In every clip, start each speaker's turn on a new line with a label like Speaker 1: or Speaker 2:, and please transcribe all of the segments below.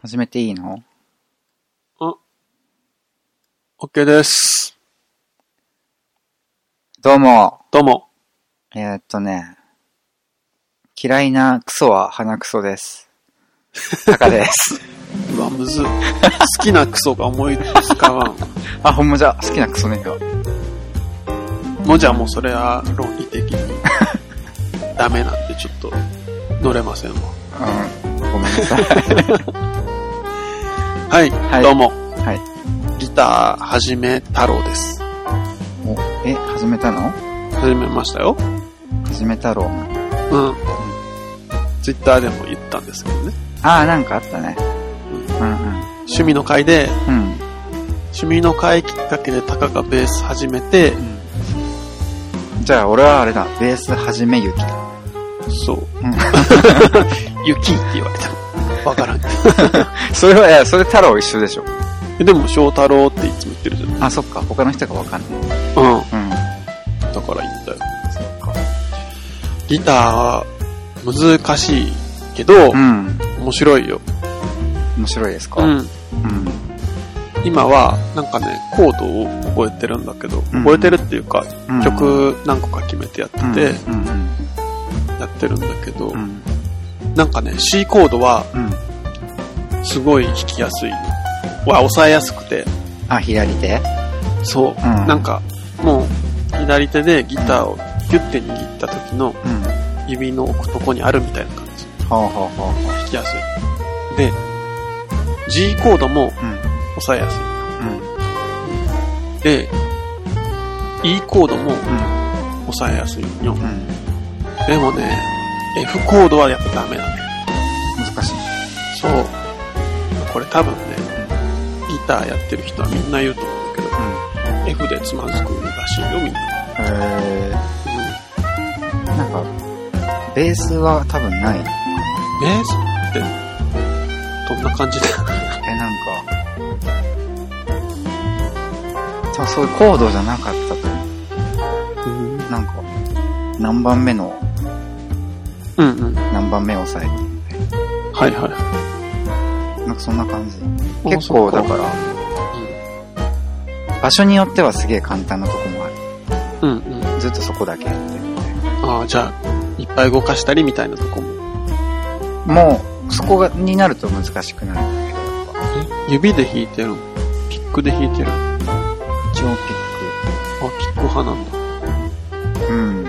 Speaker 1: 始めていいの
Speaker 2: あ、OK です。
Speaker 1: どうも。
Speaker 2: どうも。
Speaker 1: えー、っとね。嫌いなクソは鼻クソです。タカ です。
Speaker 2: うわ、むず。好きなクソが思いつかわん。
Speaker 1: あ、ほんまじゃ。好きなクソねえよ。
Speaker 2: もうじゃあもうそれは論理的 にダメなんでちょっと乗れませんわ。
Speaker 1: うん。ごめんなさ い。
Speaker 2: はい、
Speaker 1: はい
Speaker 2: どうも。
Speaker 1: はい。
Speaker 2: ギターはじめ太郎です。
Speaker 1: おえ、始めたの
Speaker 2: 始めましたよ。
Speaker 1: 始めたろう。
Speaker 2: うん。ツイッターでも言ったんですけどね。
Speaker 1: あー、なんかあったね。うん
Speaker 2: 趣味の会で、
Speaker 1: うん。うん。
Speaker 2: 趣味の会きっかけでタカがベース始めて、
Speaker 1: うん。じゃあ、俺はあれだ。ベース始めゆきだ。
Speaker 2: そう。
Speaker 1: うん。
Speaker 2: 雪って言われた。わからんけど
Speaker 1: それは、いや、それ太郎一緒でしょ。
Speaker 2: えでも翔太郎っていつも言ってるじゃん。うん。
Speaker 1: あ、そっか。他の人がわかんない。うん。
Speaker 2: だからいいんだよ。
Speaker 1: そっか。
Speaker 2: ギターは難しいけど、
Speaker 1: うん。
Speaker 2: 面白いよ。
Speaker 1: 面白いですか
Speaker 2: うん
Speaker 1: うん。
Speaker 2: 今は、なんかね、コードを覚えてるんだけど、
Speaker 1: うん
Speaker 2: 覚えてるっていうか、
Speaker 1: うん
Speaker 2: 曲何個か決めてやって
Speaker 1: うん
Speaker 2: て、
Speaker 1: うん
Speaker 2: やってるんだけど、
Speaker 1: うんうん
Speaker 2: なんかね、C コードは
Speaker 1: うん
Speaker 2: すごい弾きやすい。は、押さえやすくて、
Speaker 1: あ左手
Speaker 2: そう。
Speaker 1: ん
Speaker 2: なんか、もう、左手でギターをギュッて握った時の
Speaker 1: うん
Speaker 2: 指の置くとこにあるみたいな感じ。
Speaker 1: ほうほうほうほう
Speaker 2: 弾きやすい。で、G コードも
Speaker 1: うん
Speaker 2: 押さえやすい。
Speaker 1: うん
Speaker 2: で、E コードも
Speaker 1: うん
Speaker 2: 押さえやすいよ。
Speaker 1: うん
Speaker 2: でもね、F コードはやっぱダメなんだよ。
Speaker 1: 難しい
Speaker 2: そう。これ多分ね、ギターやってる人はみんな言うと思うんだけど、
Speaker 1: うん
Speaker 2: F でつまずくらしいよ、みんな。
Speaker 1: えー、なんかベースは多分ない
Speaker 2: ベースって、どんな感じで
Speaker 1: えなんか多分そういうコードじゃなかったと
Speaker 2: う
Speaker 1: 思
Speaker 2: ん
Speaker 1: うなんか何番目の
Speaker 2: うん。は
Speaker 1: 何番目を押さえて
Speaker 2: いは
Speaker 1: なんかそんな感じ
Speaker 2: い。
Speaker 1: 結構だ
Speaker 2: ら。
Speaker 1: から場所によってはすげえ簡単なとこもある
Speaker 2: うんうん。
Speaker 1: ずっとそこだけやってるみたいな
Speaker 2: ああ、じゃあ、いっぱい動かしたりみたいなとこも。
Speaker 1: もう、そこが、になると難しくなるんだけど、やっぱ。
Speaker 2: 指で弾いてるのピックで弾いてるのあ、
Speaker 1: 一応
Speaker 2: ピック派なんだ。
Speaker 1: ピック。うん。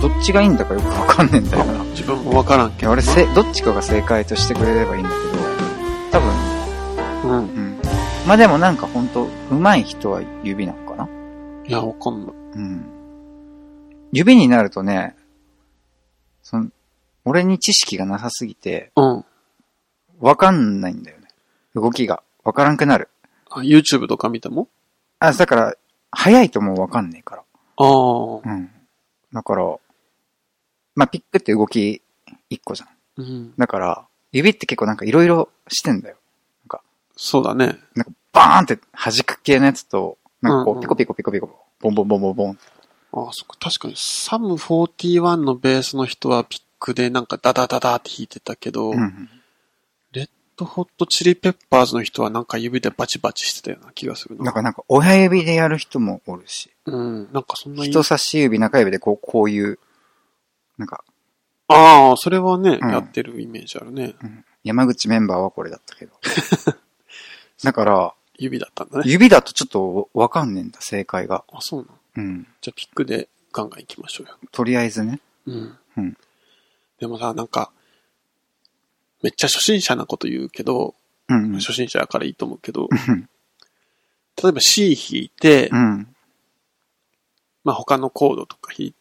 Speaker 1: どっちがいいんだかよくわかんねえんだよな。い
Speaker 2: 自分もわからんけ
Speaker 1: や、
Speaker 2: ど。
Speaker 1: 俺せ、どっちかが正解としてくれればいいんだけど、多分、
Speaker 2: うん。
Speaker 1: うん。まあでもなんかほんと、上手い人は指なのかない
Speaker 2: や、わかんない。
Speaker 1: うん。指になるとね、その、俺に知識がなさすぎて、
Speaker 2: うん。
Speaker 1: わかんないんだよね。動きが。わからんくなる。
Speaker 2: あ YouTube とか見ても
Speaker 1: あ、だから、早いともうわかんねえから。
Speaker 2: ああ。
Speaker 1: うん。だから、まあ、ピックって動き一個じゃん。
Speaker 2: うん。
Speaker 1: だから、指って結構なんかいろいろしてんだよ。
Speaker 2: そうだね。
Speaker 1: なんかバーンって弾く系のやつと、なんかこ
Speaker 2: うんう
Speaker 1: うんピコピコピコピコ、ボンボンボンボンボン。
Speaker 2: ああ、そっか。確かに、サム41のベースの人はピックでなんかダダダダって弾いてたけど、
Speaker 1: うんうん。
Speaker 2: とホットチリペッパーズの人はなんか指でバチバチしてたような気がする
Speaker 1: だ
Speaker 2: な。
Speaker 1: からなんか親指でやる人もおるし、
Speaker 2: うん。なんかそんな
Speaker 1: 人差し指、中指でこう、こういう、なんか、
Speaker 2: ああ、それはね、
Speaker 1: うん
Speaker 2: やってるイメージあるね。
Speaker 1: うん山口メンバーはこれ だったけど。だから、
Speaker 2: 指だったんだね。
Speaker 1: 指だとちょっとわかんねえんだ、正解が。
Speaker 2: あ、そうなの。
Speaker 1: うん。
Speaker 2: じゃあピックでガンガン行きましょうよ。
Speaker 1: とりあえずね。
Speaker 2: うん。
Speaker 1: うん
Speaker 2: でもさ、なんか、めっちゃ初心者なこと言うけど、
Speaker 1: うんうん。
Speaker 2: 初心者だからいいと思うけど、
Speaker 1: うん
Speaker 2: 例えば C 弾いて、
Speaker 1: うん。
Speaker 2: まあ他のコードとか弾い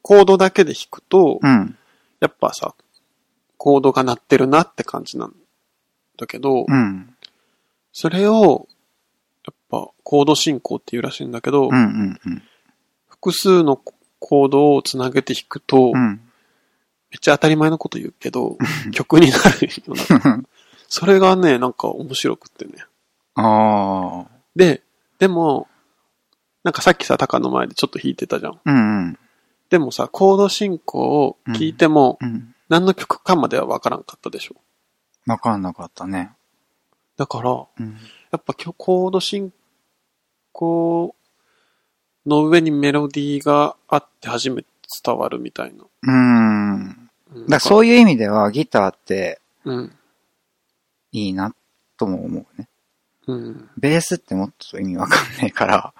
Speaker 2: コードだけで弾くと、
Speaker 1: うん。
Speaker 2: やっぱさ、コードが鳴ってるなって感じなんだけど、
Speaker 1: うん。
Speaker 2: それを、やっぱコード進行っていうらしいんだけど、
Speaker 1: うんうんうん。
Speaker 2: 複数のコードをつなげて弾くと、
Speaker 1: う
Speaker 2: めっ
Speaker 1: ん。
Speaker 2: ちゃ当たり前のこと言うけど、曲になるような。それがね、なんか面白くってね。
Speaker 1: ああ。
Speaker 2: で、でも、なんかさっきさ、タカの前でちょっと弾いてたじゃん。
Speaker 1: うんうん。
Speaker 2: でもさ、コード進行を聞いても、
Speaker 1: うん。
Speaker 2: 何の曲かまではわからんかったでしょ。
Speaker 1: わかんなかったね。
Speaker 2: だから、や
Speaker 1: うん。
Speaker 2: っぱ今日コード進行の上にメロディーがあって初めて伝わるみたいな。
Speaker 1: うん。
Speaker 2: うん
Speaker 1: だからそういう意味ではギターって
Speaker 2: うん。
Speaker 1: いいなとも思うね。
Speaker 2: うん。
Speaker 1: ベースってもっと意味わかんないから。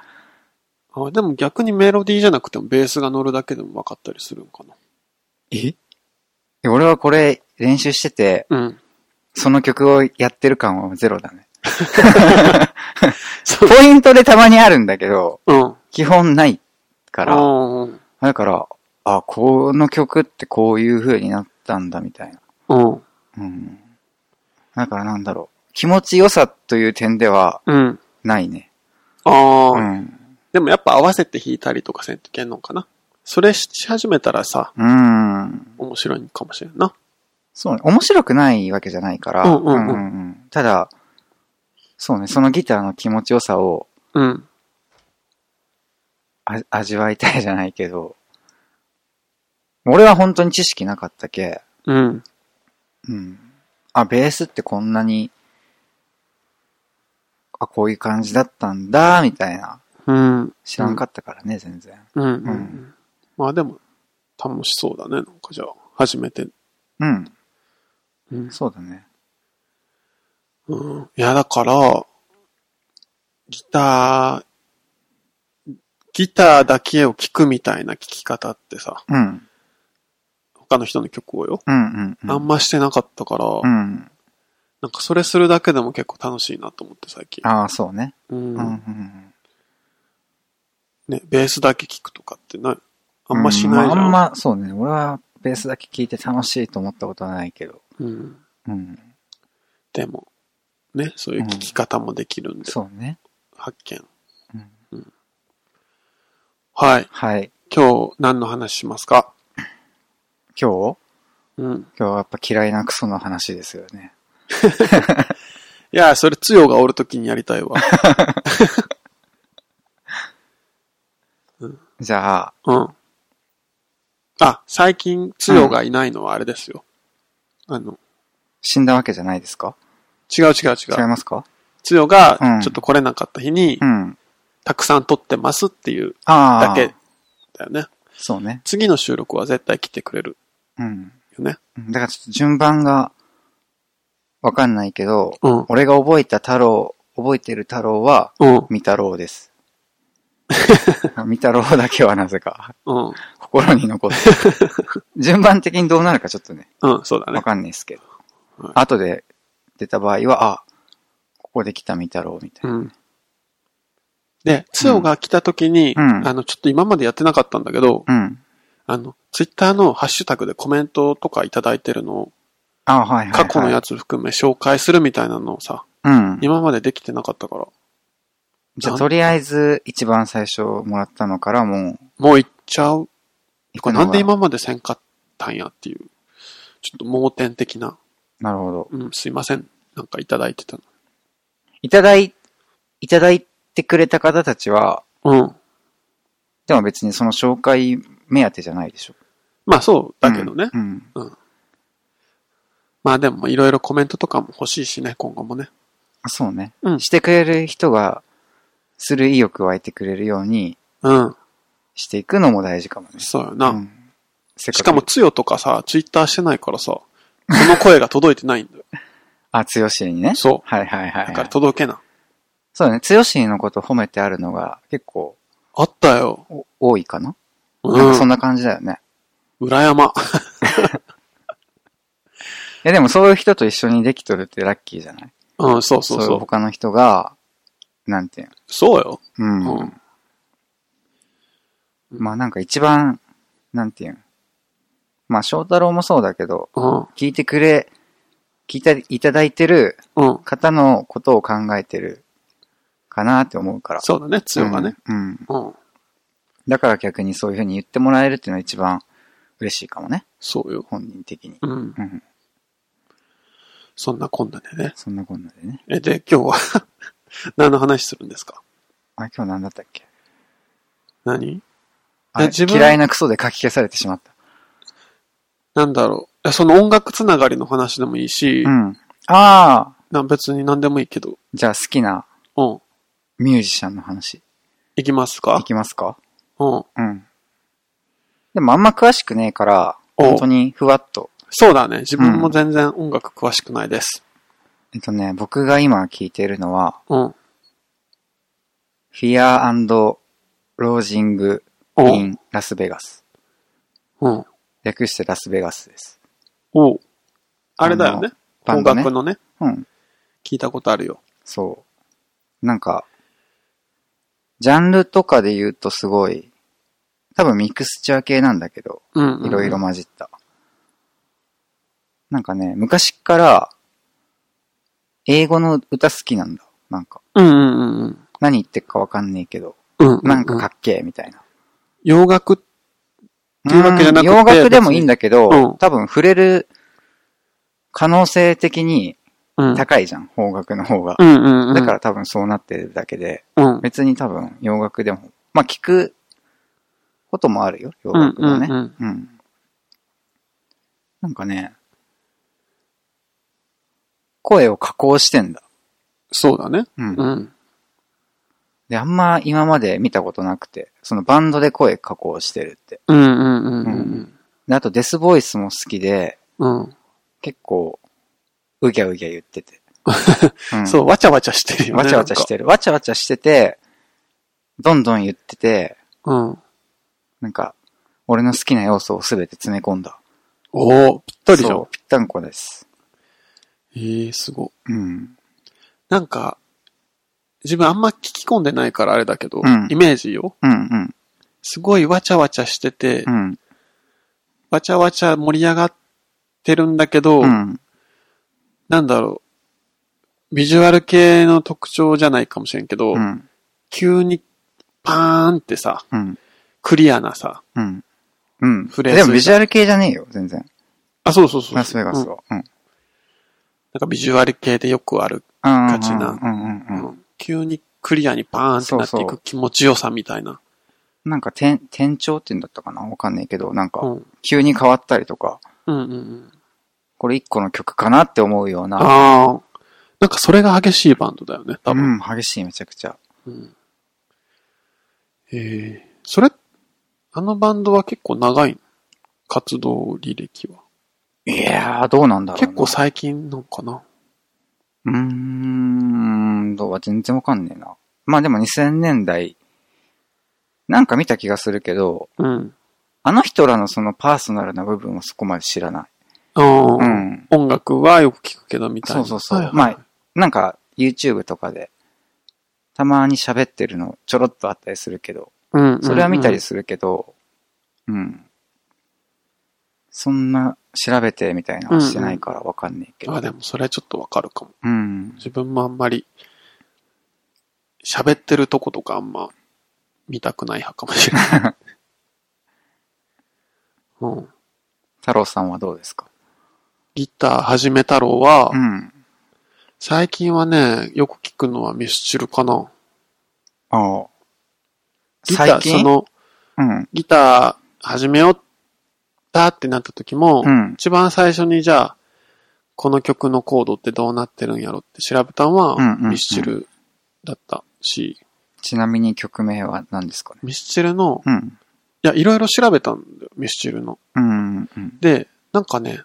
Speaker 2: あでも逆にメロディーじゃなくてもベースが乗るだけでも分かったりするんかな。
Speaker 1: え俺はこれ練習してて、
Speaker 2: うん。
Speaker 1: その曲をやってる感はゼロだね。
Speaker 2: そう。
Speaker 1: ポイントでたまにあるんだけど、
Speaker 2: うん。
Speaker 1: 基本ないから。
Speaker 2: うん。
Speaker 1: だから、あ、この曲ってこういう風になったんだみたいな。
Speaker 2: うん。
Speaker 1: うん。だからなんだろう。気持ちよさという点では
Speaker 2: うん。
Speaker 1: ないね。
Speaker 2: ああ、
Speaker 1: うん。
Speaker 2: でもやっぱ合わせて弾いたりとかせんといけんのかな。それし始めたらさ、
Speaker 1: うん。
Speaker 2: 面白いかもしれんな。
Speaker 1: そうね。面白くないわけじゃないから。
Speaker 2: うんうんうん
Speaker 1: んただ、そうね。そのギターの気持ちよさを
Speaker 2: うん。
Speaker 1: あ味わいたいじゃないけど、俺は本当に知識なかったけ、
Speaker 2: うん。
Speaker 1: うん。あ、ベースってこんなに、あ、こういう感じだったんだ、みたいな。
Speaker 2: うん。
Speaker 1: 知らんかったからね、全然。
Speaker 2: うん。うん。
Speaker 1: う
Speaker 2: うんん、まあでも、楽しそうだね。なんかじゃあ、初めて。
Speaker 1: うん。
Speaker 2: うん。
Speaker 1: そうだね。
Speaker 2: うん、いや、だから、ギター、ギターだけを聴くみたいな聴き方ってさ、
Speaker 1: うん。
Speaker 2: 他の人の曲をよ、
Speaker 1: うんうん、うん。
Speaker 2: あんましてなかったから、
Speaker 1: うん。
Speaker 2: なんかそれするだけでも結構楽しいなと思って最近。
Speaker 1: ああ、そうね。
Speaker 2: う
Speaker 1: うんん、うんうん。
Speaker 2: ね、ベースだけ聴くとかってな、あんましないじゃん。
Speaker 1: うあんま、そうね。俺はベースだけ聞いて楽しいと思ったことはないけど。
Speaker 2: うん。
Speaker 1: うん。
Speaker 2: でも、ね、そういう聴き方もできるんで、
Speaker 1: そうね。
Speaker 2: 発見。
Speaker 1: うん
Speaker 2: はい。
Speaker 1: はい。
Speaker 2: 今日何の話しますか
Speaker 1: 今日
Speaker 2: うん。
Speaker 1: 今日はやっぱ嫌いなクソの話ですよね。
Speaker 2: いや、それ、つよがおるときにやりたい わ。
Speaker 1: じゃあ、
Speaker 2: うん。あ、最近、つよがいないのはあれですよ。あの、
Speaker 1: 死んだわけじゃないですか
Speaker 2: 違う違う
Speaker 1: 違い
Speaker 2: 違う。
Speaker 1: ますか
Speaker 2: つよが
Speaker 1: うん、
Speaker 2: ちょっと来れなかった日に、
Speaker 1: うん。
Speaker 2: たくさん撮ってますっていう
Speaker 1: ああ。
Speaker 2: だけ。だよね。
Speaker 1: そうね。
Speaker 2: 次の収録は絶対来てくれる
Speaker 1: うん。
Speaker 2: よね。
Speaker 1: だからちょっと順番がわかんないけど、
Speaker 2: うん。
Speaker 1: 俺が覚えた太郎、覚えてる太郎は、
Speaker 2: うん。
Speaker 1: 三太 郎です。三太郎だけはなぜか、
Speaker 2: うん。
Speaker 1: 心に残ってる。順番的にどうなるかちょっとね、
Speaker 2: うん、そうだね
Speaker 1: わ。かんないですけど。
Speaker 2: はい
Speaker 1: 後で出た場合は、あ、ここで来た三太郎みたい
Speaker 2: うん。で、つよが来た時に、
Speaker 1: うん
Speaker 2: あの、ちょっと今までやってなかったんだけど、
Speaker 1: な。うん。
Speaker 2: あの、ツイッターのハッシュタグでコメントとかいただいてるのを、
Speaker 1: あ、はいはい、はい。
Speaker 2: 過去のやつ含め紹介するみたいなのをさ、
Speaker 1: うん。
Speaker 2: 今までできてなかったから、
Speaker 1: じゃあ、とりあえず、一番最初もらったのからも
Speaker 2: もう行っちゃう。
Speaker 1: う、
Speaker 2: これなんで
Speaker 1: 行くのが
Speaker 2: 今までせんかったんやっていう、ちょっと盲点的な、
Speaker 1: なるほど。
Speaker 2: うん、すいません。なんかいただいてたの。
Speaker 1: いただい、いただいてくれた方たちは、
Speaker 2: うん。
Speaker 1: でも別にその紹介目当てじゃないでしょ。
Speaker 2: まあそうだけどね。
Speaker 1: うん。うん
Speaker 2: まあでもいろいろコメントとかも欲しいしね、今後もね。
Speaker 1: そうね。
Speaker 2: うん
Speaker 1: してくれる人が、する意欲を湧いてくれるように
Speaker 2: うん。
Speaker 1: していくのも大事かもね。
Speaker 2: そうよな。
Speaker 1: うん。せっく
Speaker 2: しかも、つよとかさ、ツイッターしてないからさ、この声が届いてないんだよ。
Speaker 1: あ、つよしにね。
Speaker 2: そ
Speaker 1: はいはい はい、
Speaker 2: う。だ
Speaker 1: は
Speaker 2: か
Speaker 1: い
Speaker 2: ら。届けな。
Speaker 1: そうね。つよしのこと褒めてあるのが結構
Speaker 2: あったよ。
Speaker 1: お多いかな、
Speaker 2: う
Speaker 1: なんかそん
Speaker 2: ん。
Speaker 1: な感じだよね。
Speaker 2: 裏山。
Speaker 1: いやでもそういう人と一緒にできとるってラッキーじゃない
Speaker 2: うん、そうそ
Speaker 1: そ
Speaker 2: ううそう。
Speaker 1: 他の人が、なんていう
Speaker 2: そうよ。
Speaker 1: のうん。
Speaker 2: うん
Speaker 1: まあなんか一番、なんていうのまあ翔太郎もそうだけど、
Speaker 2: うん。
Speaker 1: 聞いてくれ、聞いていただいてる
Speaker 2: うん。
Speaker 1: 方のことを考えてるかなって思うから。
Speaker 2: そうだね、つよがね。
Speaker 1: うん。うん。
Speaker 2: うん。
Speaker 1: だから逆にそういうふうに言ってもらえるっていうのは一番嬉しいかもね。
Speaker 2: そうよ。
Speaker 1: 本人的に。
Speaker 2: うん。
Speaker 1: うん。
Speaker 2: そんなこんなでね。
Speaker 1: そんなこんなでね。
Speaker 2: え、で、今日は、 何の話するんですか
Speaker 1: あ、今日何だったっけ
Speaker 2: 何
Speaker 1: あれ
Speaker 2: 自分
Speaker 1: 嫌いなクソで書き消されてしまった。
Speaker 2: なんだろう。いやその音楽つながりの話でもいいし、
Speaker 1: うん。ああ、
Speaker 2: な別に何でもいいけど。
Speaker 1: じゃあ好きな
Speaker 2: うん。
Speaker 1: ミュージシャンの話。
Speaker 2: いきます
Speaker 1: い
Speaker 2: か
Speaker 1: きますか
Speaker 2: うん。
Speaker 1: うん。でもあんま詳しくねえから、
Speaker 2: お
Speaker 1: 本当にふわっと。
Speaker 2: そうだね。自分も全然音楽詳しくないです。
Speaker 1: えっとね、僕が今聞いているのは、
Speaker 2: うん。
Speaker 1: Fear Lodging
Speaker 2: おう
Speaker 1: in Las Vegas。
Speaker 2: うん。
Speaker 1: 略してラスベガスです。
Speaker 2: おうあれだよね。
Speaker 1: あの
Speaker 2: 音
Speaker 1: バンドね
Speaker 2: 楽のね。
Speaker 1: うん。
Speaker 2: 聞いたことあるよ。
Speaker 1: そう。なんか、ジャンルとかで言うとすごい、多分ミクスチャー系なんだけど、
Speaker 2: うん、うん。
Speaker 1: いろいろ。混じった。なんかね、昔から、英語の歌好きなんだ。なんか、
Speaker 2: うんうんうんうん。
Speaker 1: 何言ってるかわかんねえけど、
Speaker 2: うんうう
Speaker 1: なんかかっけえみたいな。
Speaker 2: 洋楽、っていうわけじゃなくて
Speaker 1: うん洋楽でもいいんだけど、
Speaker 2: 別にうん
Speaker 1: 多分触れる可能性的に
Speaker 2: うん。
Speaker 1: 高いじゃん、邦楽の方が
Speaker 2: う。んうんうん。
Speaker 1: だから多分そうなってるだけで、
Speaker 2: ら、うん。
Speaker 1: 別に多分洋楽でも、まあ聞くこともあるよ、洋
Speaker 2: うんう
Speaker 1: 楽の
Speaker 2: ん
Speaker 1: ね。
Speaker 2: うん。
Speaker 1: うん。なんかね、声を加工してんだ。
Speaker 2: そうだね。
Speaker 1: うん。
Speaker 2: うん。
Speaker 1: で、あんま今まで見たことなくて、そのバンドで声加工してるって。
Speaker 2: うんうんうんうん
Speaker 1: で、あとデスボイスも好きで、
Speaker 2: うん。うん。
Speaker 1: 結構、うぎゃうぎゃ言っ てて。うん
Speaker 2: そう、わちゃわちゃしてるよね。
Speaker 1: わちゃわちゃしてる。わちゃわちゃしてて、どんどん言ってて、
Speaker 2: なんか。うん。
Speaker 1: なんか、俺の好きな要素をすべて詰め込んだ。
Speaker 2: おおぴったりじゃ
Speaker 1: そ
Speaker 2: ん
Speaker 1: う。ぴったんこです。
Speaker 2: ええ、すごい。
Speaker 1: うん。
Speaker 2: なんか、自分あんま聞き込んでないからあれだけど、
Speaker 1: うん
Speaker 2: イメージよ。
Speaker 1: うんうん。
Speaker 2: すごいわちゃわちゃしてて、
Speaker 1: うん。
Speaker 2: わちゃわちゃ盛り上がってるんだけど、
Speaker 1: うん。
Speaker 2: なんだろう。ビジュアル系の特徴じゃないかもしれんけど、
Speaker 1: うん。
Speaker 2: 急にパーンってさ、
Speaker 1: うん。
Speaker 2: クリアなさ。
Speaker 1: うん。うん。
Speaker 2: フレーズ
Speaker 1: でもビジュアル系じゃねえよ、全然。
Speaker 2: あ、そうそうそうそう。
Speaker 1: ラスベガ
Speaker 2: うん
Speaker 1: スは。うん。
Speaker 2: なんかビジュアル系でよくある。
Speaker 1: あ
Speaker 2: ガチな
Speaker 1: うんうんうん。
Speaker 2: 急にクリアにパーンってなってい
Speaker 1: そうそう
Speaker 2: く気持ちよさみたいな。
Speaker 1: なんか、転、転調って言うんだったかなわかんないけど、なん
Speaker 2: う
Speaker 1: か、
Speaker 2: ん。
Speaker 1: 急に変わったりとか、
Speaker 2: うんうんうん。
Speaker 1: これ一個の曲かなって思うような。
Speaker 2: ああ。なんかそれが激しいバンドだよね、多
Speaker 1: う
Speaker 2: 分。
Speaker 1: ん、激しい、めちゃくちゃ。
Speaker 2: うんええそれ、あのバンドは結構長いの活動履歴は。
Speaker 1: いやー、どうなんだろうな。
Speaker 2: 結構最近なんかな。
Speaker 1: うーん、どうは全然わかんねえな。まあでも2000年代、なんか見た気がするけど、
Speaker 2: うん。
Speaker 1: あの人らのそのパーソナルな部分はそこまで知らない。
Speaker 2: あー
Speaker 1: うん。
Speaker 2: 音楽はよく聞くけどみたいな。
Speaker 1: そうそうそ
Speaker 2: は
Speaker 1: う
Speaker 2: いはいはい
Speaker 1: なんか YouTube とかで、たまに喋ってるのちょろっとあったりするけど、
Speaker 2: うんうん。
Speaker 1: それは見たりするけど、うん。そんな調べてみたいなのはしてないからわかんねえけ
Speaker 2: あ、
Speaker 1: ど。
Speaker 2: でもそれはちょっとわかるかも。
Speaker 1: うん。
Speaker 2: 自分もあんまり、喋ってるとことかあんま、見たくない派かもしれ ない。うん。
Speaker 1: 太郎さんはどうですか
Speaker 2: ギター始め太郎は、
Speaker 1: うん。
Speaker 2: 最近はね、よく聞くのはミスチルかな。
Speaker 1: ああ。
Speaker 2: ギター、その、
Speaker 1: うん。
Speaker 2: ギター始めよったってなった時も、
Speaker 1: うん。
Speaker 2: 一番最初にじゃあ、この曲のコードってどうなってるんやろって調べたのは
Speaker 1: うんうん、うん
Speaker 2: ミスチルだったし、
Speaker 1: ちなみに曲名は何ですかね
Speaker 2: ミスチルの、
Speaker 1: うん。
Speaker 2: いや、いろいろ調べたんだよ、ミスチルの。
Speaker 1: うん。うん。
Speaker 2: で、なんかね、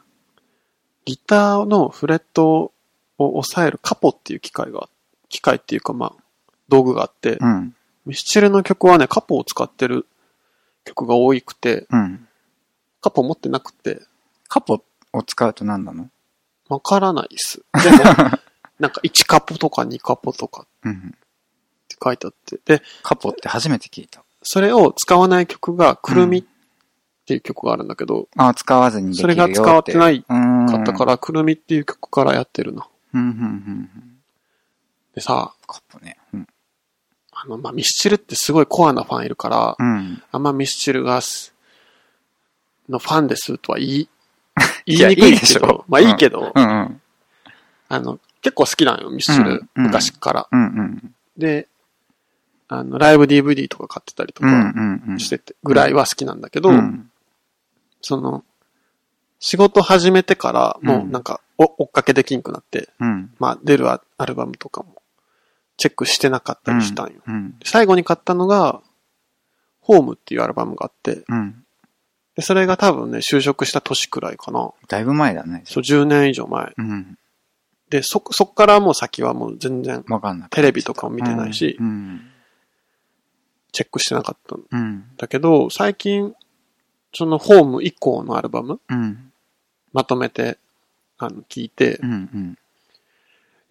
Speaker 2: ギターのフレットを押さえるカポっていう機械が、機械っていうかまあ、道具があって、
Speaker 1: うん。
Speaker 2: ミスチルの曲はね、カポを使ってる曲が多くて、
Speaker 1: うん。
Speaker 2: カポ持ってなくて、
Speaker 1: カポを使うと何なの
Speaker 2: わからないっす。で も、なんか1カポとか2カポとかっ
Speaker 1: うん。
Speaker 2: て書いてあって、で、
Speaker 1: カポって初めて聞いた。
Speaker 2: それを使わない曲が、くるみっていう曲があるんだけど、
Speaker 1: ああ、使わずにでき
Speaker 2: そ
Speaker 1: る
Speaker 2: れ
Speaker 1: よっ
Speaker 2: が
Speaker 1: て。
Speaker 2: 使わってない
Speaker 1: うん。
Speaker 2: かったから、くるみっていう曲からやってるな。
Speaker 1: うん。うん。うん。うん。
Speaker 2: でさ、
Speaker 1: カポね。うん。
Speaker 2: あの、まあ、ミスチルってすごいコアなファンいるから、
Speaker 1: うん。
Speaker 2: あんまミスチルがす、のファンですとは言 い、言い
Speaker 1: いや
Speaker 2: にくい
Speaker 1: いいで
Speaker 2: け
Speaker 1: し
Speaker 2: ど、
Speaker 1: ょ
Speaker 2: まあいいけど、
Speaker 1: うん。うん。
Speaker 2: あの、結構好きなんよ、ミスチル、
Speaker 1: うん
Speaker 2: 昔から。
Speaker 1: うん。うん。
Speaker 2: で、あの、ライブ DVD とか買ってたりと
Speaker 1: うん。
Speaker 2: か
Speaker 1: うん。うん。
Speaker 2: してて、ぐらいは好きなんだけど、
Speaker 1: うん。
Speaker 2: その、仕事始めてから、もうなんか、お追っかけできんくなって、
Speaker 1: うん。
Speaker 2: まあ、出るアアルバムとかも、チェックしてなかったりしたんよ。
Speaker 1: うん。
Speaker 2: 最後に買ったのが、ホームっていうアルバムがあって、
Speaker 1: うん。
Speaker 2: でそれが多分ね、就職した年くらいかな。
Speaker 1: だいぶ前だね。
Speaker 2: そう、10年以上前。
Speaker 1: うん。
Speaker 2: で、そ、そっからもう先はもう全然、
Speaker 1: わかんない。
Speaker 2: テレビとかも見てないし
Speaker 1: う、ん。
Speaker 2: チェックしてなかったん
Speaker 1: うん。
Speaker 2: だけど、最近、そのホーム以降のアルバム、
Speaker 1: うん。
Speaker 2: まとめて、あの、聞いて
Speaker 1: う、ん。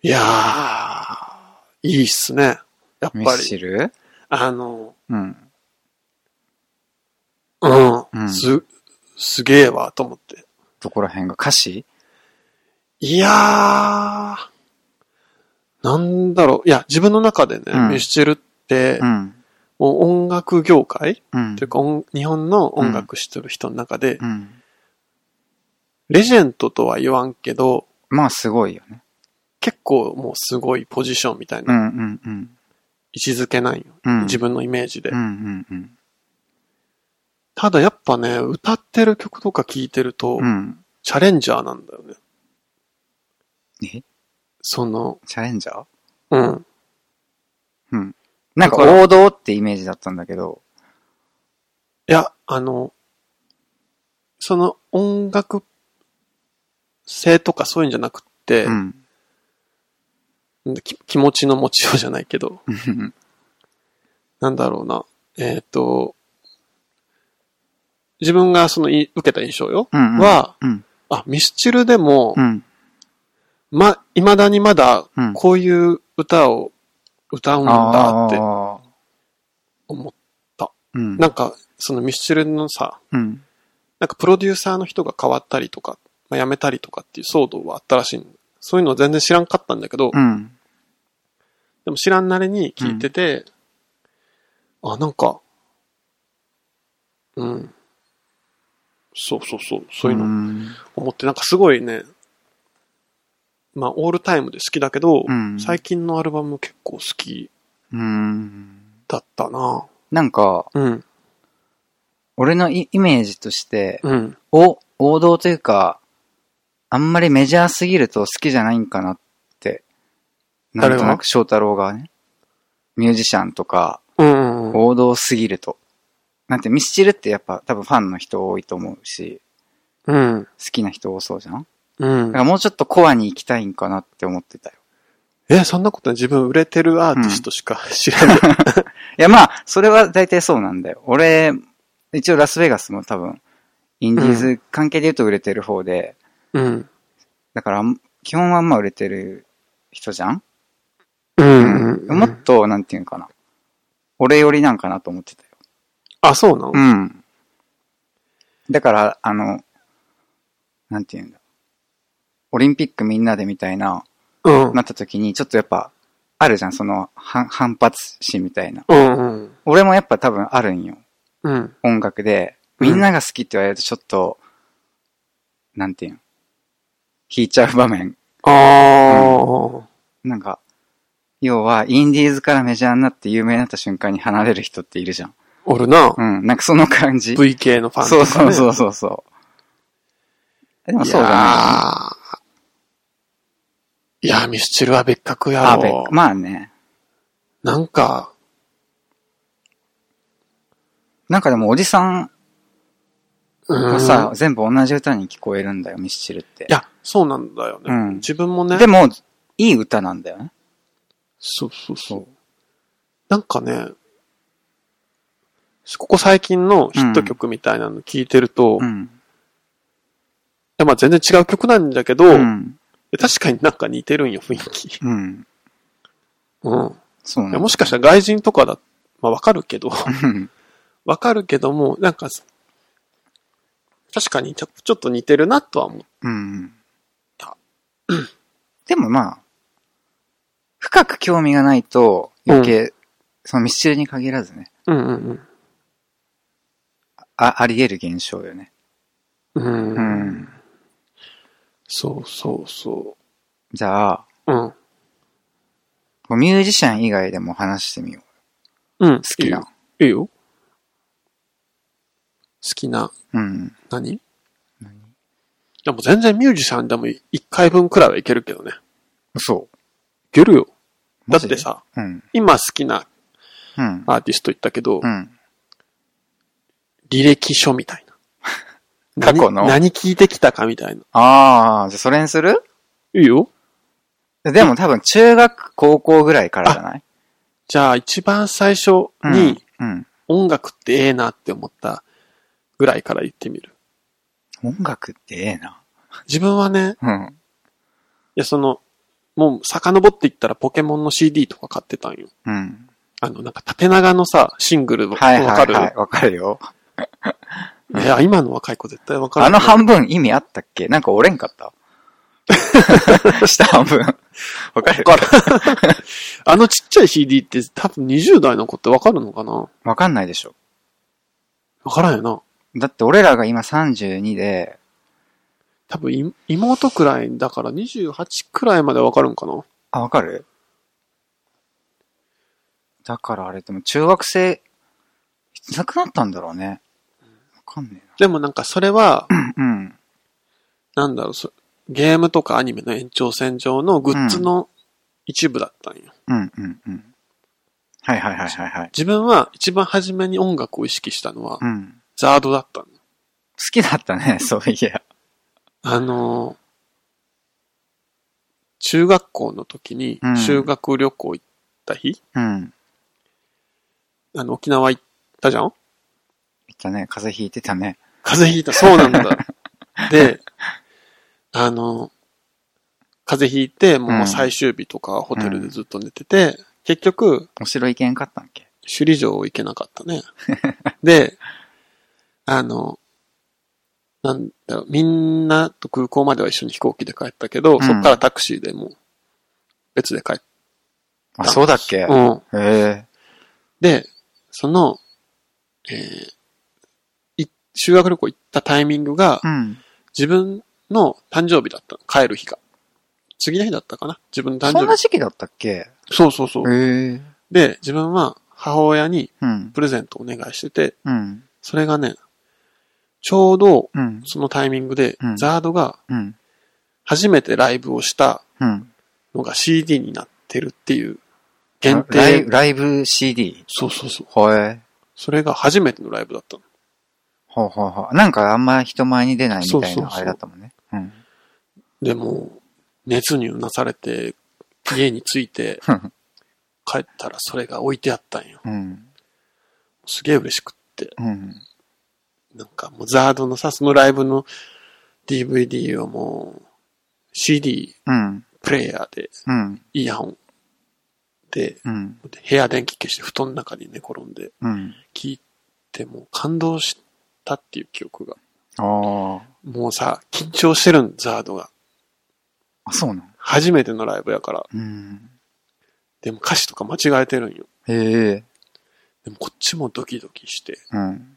Speaker 2: いやー、いいっすね。やっ
Speaker 1: うん。ミ
Speaker 2: ぱ
Speaker 1: スチ
Speaker 2: り、
Speaker 1: ル
Speaker 2: あの、
Speaker 1: うん。
Speaker 2: う、
Speaker 1: うんん
Speaker 2: す、すげえわ、と思って。
Speaker 1: どこら辺が歌詞
Speaker 2: いやー、なんだろう。いや、自分の中でね、
Speaker 1: うん
Speaker 2: ミスチルって、
Speaker 1: うん。
Speaker 2: もう音楽業界、
Speaker 1: うん
Speaker 2: という。か音日本の音楽してる人の中で、
Speaker 1: うん。
Speaker 2: レジェンドとは言わんけど、
Speaker 1: まあ、すごいよね。
Speaker 2: 結構もうすごいポジションみたいうな、
Speaker 1: んうんうん。
Speaker 2: 位置づけないよ。
Speaker 1: うん。
Speaker 2: 自分のイメージで。
Speaker 1: うんうんうん。
Speaker 2: ただやっぱね、歌ってる曲とか聴いてると、
Speaker 1: うん。
Speaker 2: チャレンジャーなんだよね。
Speaker 1: え
Speaker 2: その、
Speaker 1: チャレンジャー
Speaker 2: うん。
Speaker 1: なんか
Speaker 2: だから
Speaker 1: 王道ってイメージだったんだけど。
Speaker 2: いや、あの、その音楽性とかそういうんじゃなくって、
Speaker 1: うん。
Speaker 2: き気持ちの持ちようじゃないけど、
Speaker 1: うん
Speaker 2: なんだろうな。えっ、と、自分がそのい受けた印象よ、
Speaker 1: うん。
Speaker 2: は、
Speaker 1: うん。
Speaker 2: あ、ミスチルでも、
Speaker 1: うん。
Speaker 2: ま、未だにまだ
Speaker 1: うん、
Speaker 2: こういう歌を歌うんだって
Speaker 1: あ
Speaker 2: 思っ
Speaker 1: ーうん。
Speaker 2: なんか、そのミスチルのさ、
Speaker 1: うん。
Speaker 2: なんかプロデューサーの人が変わったりとか、まあ、辞めたりとかっていう騒動はあったらしいんそういうの全然知らんかったんだけど、
Speaker 1: うん。
Speaker 2: でも知らんなりに聞いてて、あ、なんか、うん。そうそうそう、そういうの
Speaker 1: ん
Speaker 2: 思って、なんかすごいね、まあオールタイムで好きだけど、
Speaker 1: うん
Speaker 2: 最近のアルバム結構好き
Speaker 1: うん。
Speaker 2: だったな
Speaker 1: なんか、
Speaker 2: うん、
Speaker 1: 俺のイイメージとして、
Speaker 2: うん、
Speaker 1: お、王道というか、あんまりメジャーすぎると好きじゃないんかなって。なんと
Speaker 2: 誰
Speaker 1: な
Speaker 2: が
Speaker 1: く翔太郎がね、ミュージシャンとか、
Speaker 2: うん、うん、
Speaker 1: 王道すぎると。なんてミスチルってやっぱ多分ファンの人多いと思うし、
Speaker 2: うん、
Speaker 1: 好きな人多そうじゃん
Speaker 2: うん
Speaker 1: だか。らもうちょっとコアに行きたいんかなって思ってたよ。
Speaker 2: え、そんなことない自分売れてるアーティストしか知らない。
Speaker 1: いやまあ、それは大体そうなんだよ。俺、一応ラスベガスも多分、インディーズ関係で言うと売れてる方で、
Speaker 2: うん。
Speaker 1: だからあん基本はあんま売れてる人じゃん、
Speaker 2: うん。
Speaker 1: もっと、なんていうのかな。俺よりなんかなと思ってたよ。
Speaker 2: あ、そうなの
Speaker 1: うん。だから、あの、なんていうんだ。オリンピックみんなでみたいな、
Speaker 2: うん。
Speaker 1: なった時に、ちょっとやっぱ、あるじゃん、その、反反発心みたいな。
Speaker 2: うん。うん。
Speaker 1: 俺もやっぱ多分あるんよ。
Speaker 2: うん。
Speaker 1: 音楽で、みんなが好きって言われるとちょっと、なんていうの弾いちゃう場面。
Speaker 2: ああ。
Speaker 1: なんか、要は、インディーズからメジャーになって有名になった瞬間に離れる人っているじゃん。
Speaker 2: おるな。
Speaker 1: うん、なんかその感じ。
Speaker 2: VK のファンとか
Speaker 1: そ
Speaker 2: ね。。
Speaker 1: うそうそううそ うそう。でもそうじ
Speaker 2: いや
Speaker 1: ゃ
Speaker 2: ー、いやーミスチルは別格
Speaker 1: ない
Speaker 2: や
Speaker 1: あべ
Speaker 2: ろ。
Speaker 1: まあね。
Speaker 2: なんか、
Speaker 1: なんかでもおじさん
Speaker 2: う
Speaker 1: は
Speaker 2: ん。
Speaker 1: さ、全部同じ歌に聞こえるんだよ、ミスチルって
Speaker 2: い。や、そうなんだよね。
Speaker 1: うん
Speaker 2: 自分もね。
Speaker 1: でも、いい歌なんだよね。
Speaker 2: そうそうそ
Speaker 1: そうう。。
Speaker 2: なんかね、ここ最近のヒット曲みたいなの聞いてると、
Speaker 1: う
Speaker 2: い
Speaker 1: ん。
Speaker 2: やまあ全然違う曲なんだけど、
Speaker 1: うん。
Speaker 2: で確かになんか似てるんよ、雰囲気。
Speaker 1: うん。
Speaker 2: うん。
Speaker 1: そう
Speaker 2: い
Speaker 1: な
Speaker 2: や
Speaker 1: ん
Speaker 2: もしかしたら外人とかだ、まあわかるけど、
Speaker 1: うん
Speaker 2: わかるけども、なんか、確かにちょちょっと似てるなとは思う。
Speaker 1: うん
Speaker 2: た。
Speaker 1: でもまあ、深く興味がないと余計、そのミスチルに限らずね、
Speaker 2: うんうん
Speaker 1: ああり得る現象よね。
Speaker 2: うん。
Speaker 1: う
Speaker 2: うん。
Speaker 1: ん。
Speaker 2: そうそうそ
Speaker 1: じゃあ、
Speaker 2: う。うん。
Speaker 1: ミュージシャン以外でも話してみよう。
Speaker 2: うん。好
Speaker 1: 好きな。。
Speaker 2: いいよ。好きな、
Speaker 1: うん。
Speaker 2: 何でも全然ミュージシャンでも1回分くらいはいけるけどね。
Speaker 1: 嘘。
Speaker 2: いけるよ。だ
Speaker 1: マ
Speaker 2: っ
Speaker 1: ジ
Speaker 2: て。さ、
Speaker 1: うん。
Speaker 2: 今好きな
Speaker 1: うん。
Speaker 2: アーティスト言ったけど、
Speaker 1: うん。
Speaker 2: 履歴書みたいな。
Speaker 1: 過去の
Speaker 2: 何何聞いてきたかみたいな。
Speaker 1: ああ、じゃあそれにする
Speaker 2: いいよ。
Speaker 1: でも多分中学、高校ぐらいからじゃない
Speaker 2: じゃあ一番最初に
Speaker 1: うん。
Speaker 2: 音楽ってええなって思ったぐらいから言ってみる。
Speaker 1: 音楽ってええな。
Speaker 2: 自分はね、
Speaker 1: うん。
Speaker 2: いやその、もう遡っていったらポケモンの CD とか買ってたんよ。
Speaker 1: うん。
Speaker 2: あの、なんか縦長のさ、シングルわか
Speaker 1: は
Speaker 2: る、
Speaker 1: いはいはい。わかるよ。
Speaker 2: いや、今の若い子絶対わかる。
Speaker 1: あの半分意味あったっけなんか折れんかった下半分。わかる
Speaker 2: わかるあのちっちゃい CD って多分20代の子ってわかるのかな
Speaker 1: わかんないでしょ。
Speaker 2: わからんよな。
Speaker 1: だって俺らが今32で、
Speaker 2: 多分い妹くらいだから28くらいまでわかるんかな
Speaker 1: あ、わかるだからあれでも中学生、いつなくなったんだろうね。わかんね
Speaker 2: でもなんかそれは、
Speaker 1: えな。うん。
Speaker 2: なんだろう、そゲームとかアニメの延長線上のグッズの一部だったんよ。
Speaker 1: うんうんうん。はいはいはいはいはい。
Speaker 2: 自分は一番初めに音楽を意識したのは、
Speaker 1: うん。
Speaker 2: ザードだったの。
Speaker 1: 好きだったね、 そういや。
Speaker 2: あのー中学校の時に
Speaker 1: うん
Speaker 2: 修学旅行行った日、
Speaker 1: うん。
Speaker 2: あの、沖縄行ったじゃん
Speaker 1: 言ったね、風邪ひいてたね。
Speaker 2: 風邪ひいた。そうなん だ。で、あの、風邪ひいて、もう最終日とかホテルでずっと寝てて、結局、
Speaker 1: お城行けんかったんっけ
Speaker 2: 首里城行けなかったね。 で、あの、なんだろう、みんなと空港までは一緒に飛行機で帰ったけど、
Speaker 1: うん
Speaker 2: そっからタクシーでもう別で帰っ
Speaker 1: あ、そうだっけ
Speaker 2: た。うん。
Speaker 1: へえ。
Speaker 2: で、その、えーい修学旅行行ったタイミングが
Speaker 1: う、ん。
Speaker 2: 自分の誕生日だったの。帰る日が。次の日だったかな自分の誕
Speaker 1: そん
Speaker 2: 生
Speaker 1: な
Speaker 2: 日。
Speaker 1: 時期だったっけ
Speaker 2: そうそうそう。
Speaker 1: へえ。
Speaker 2: で、自分は母親に
Speaker 1: うん。
Speaker 2: プレゼントをお願いしてて、
Speaker 1: うん。
Speaker 2: それがね、ちょうど
Speaker 1: うん。
Speaker 2: そのタイミングで、
Speaker 1: うん
Speaker 2: ザードが
Speaker 1: うん。
Speaker 2: 初めてライブをした
Speaker 1: うん。
Speaker 2: のが CD になってるっていう限
Speaker 1: ライ
Speaker 2: 定
Speaker 1: ブ。ライブ CD?
Speaker 2: そうそうそう。
Speaker 1: ほえ。
Speaker 2: それが初めてのライブだったの。
Speaker 1: ほうほうほう。なんかあんま人前に出ないみたい
Speaker 2: そうそう
Speaker 1: な
Speaker 2: そう
Speaker 1: あれだったもんね。うん。
Speaker 2: でもう、熱にうなされて、家に着いて帰ったらそれが置いてあったんよ。
Speaker 1: うん。
Speaker 2: すげえ嬉しくって。
Speaker 1: うん。
Speaker 2: なんかもうザードのさ、そのライブの DVD をもう CD
Speaker 1: うん。
Speaker 2: プレイヤーで
Speaker 1: うん。
Speaker 2: イヤホンで
Speaker 1: うん。
Speaker 2: 部屋電気消して布団の中に寝転んで
Speaker 1: うん。
Speaker 2: 聞いてもう感動したっていう記憶が。
Speaker 1: あ
Speaker 2: もうさ、緊張してるん、ザードが。
Speaker 1: あ。あ、そうなん。
Speaker 2: 初めてのライブやから。
Speaker 1: うん。
Speaker 2: でも歌詞とか間違えてるんよ。
Speaker 1: へえ。
Speaker 2: でもこっちもドキドキして、
Speaker 1: うん。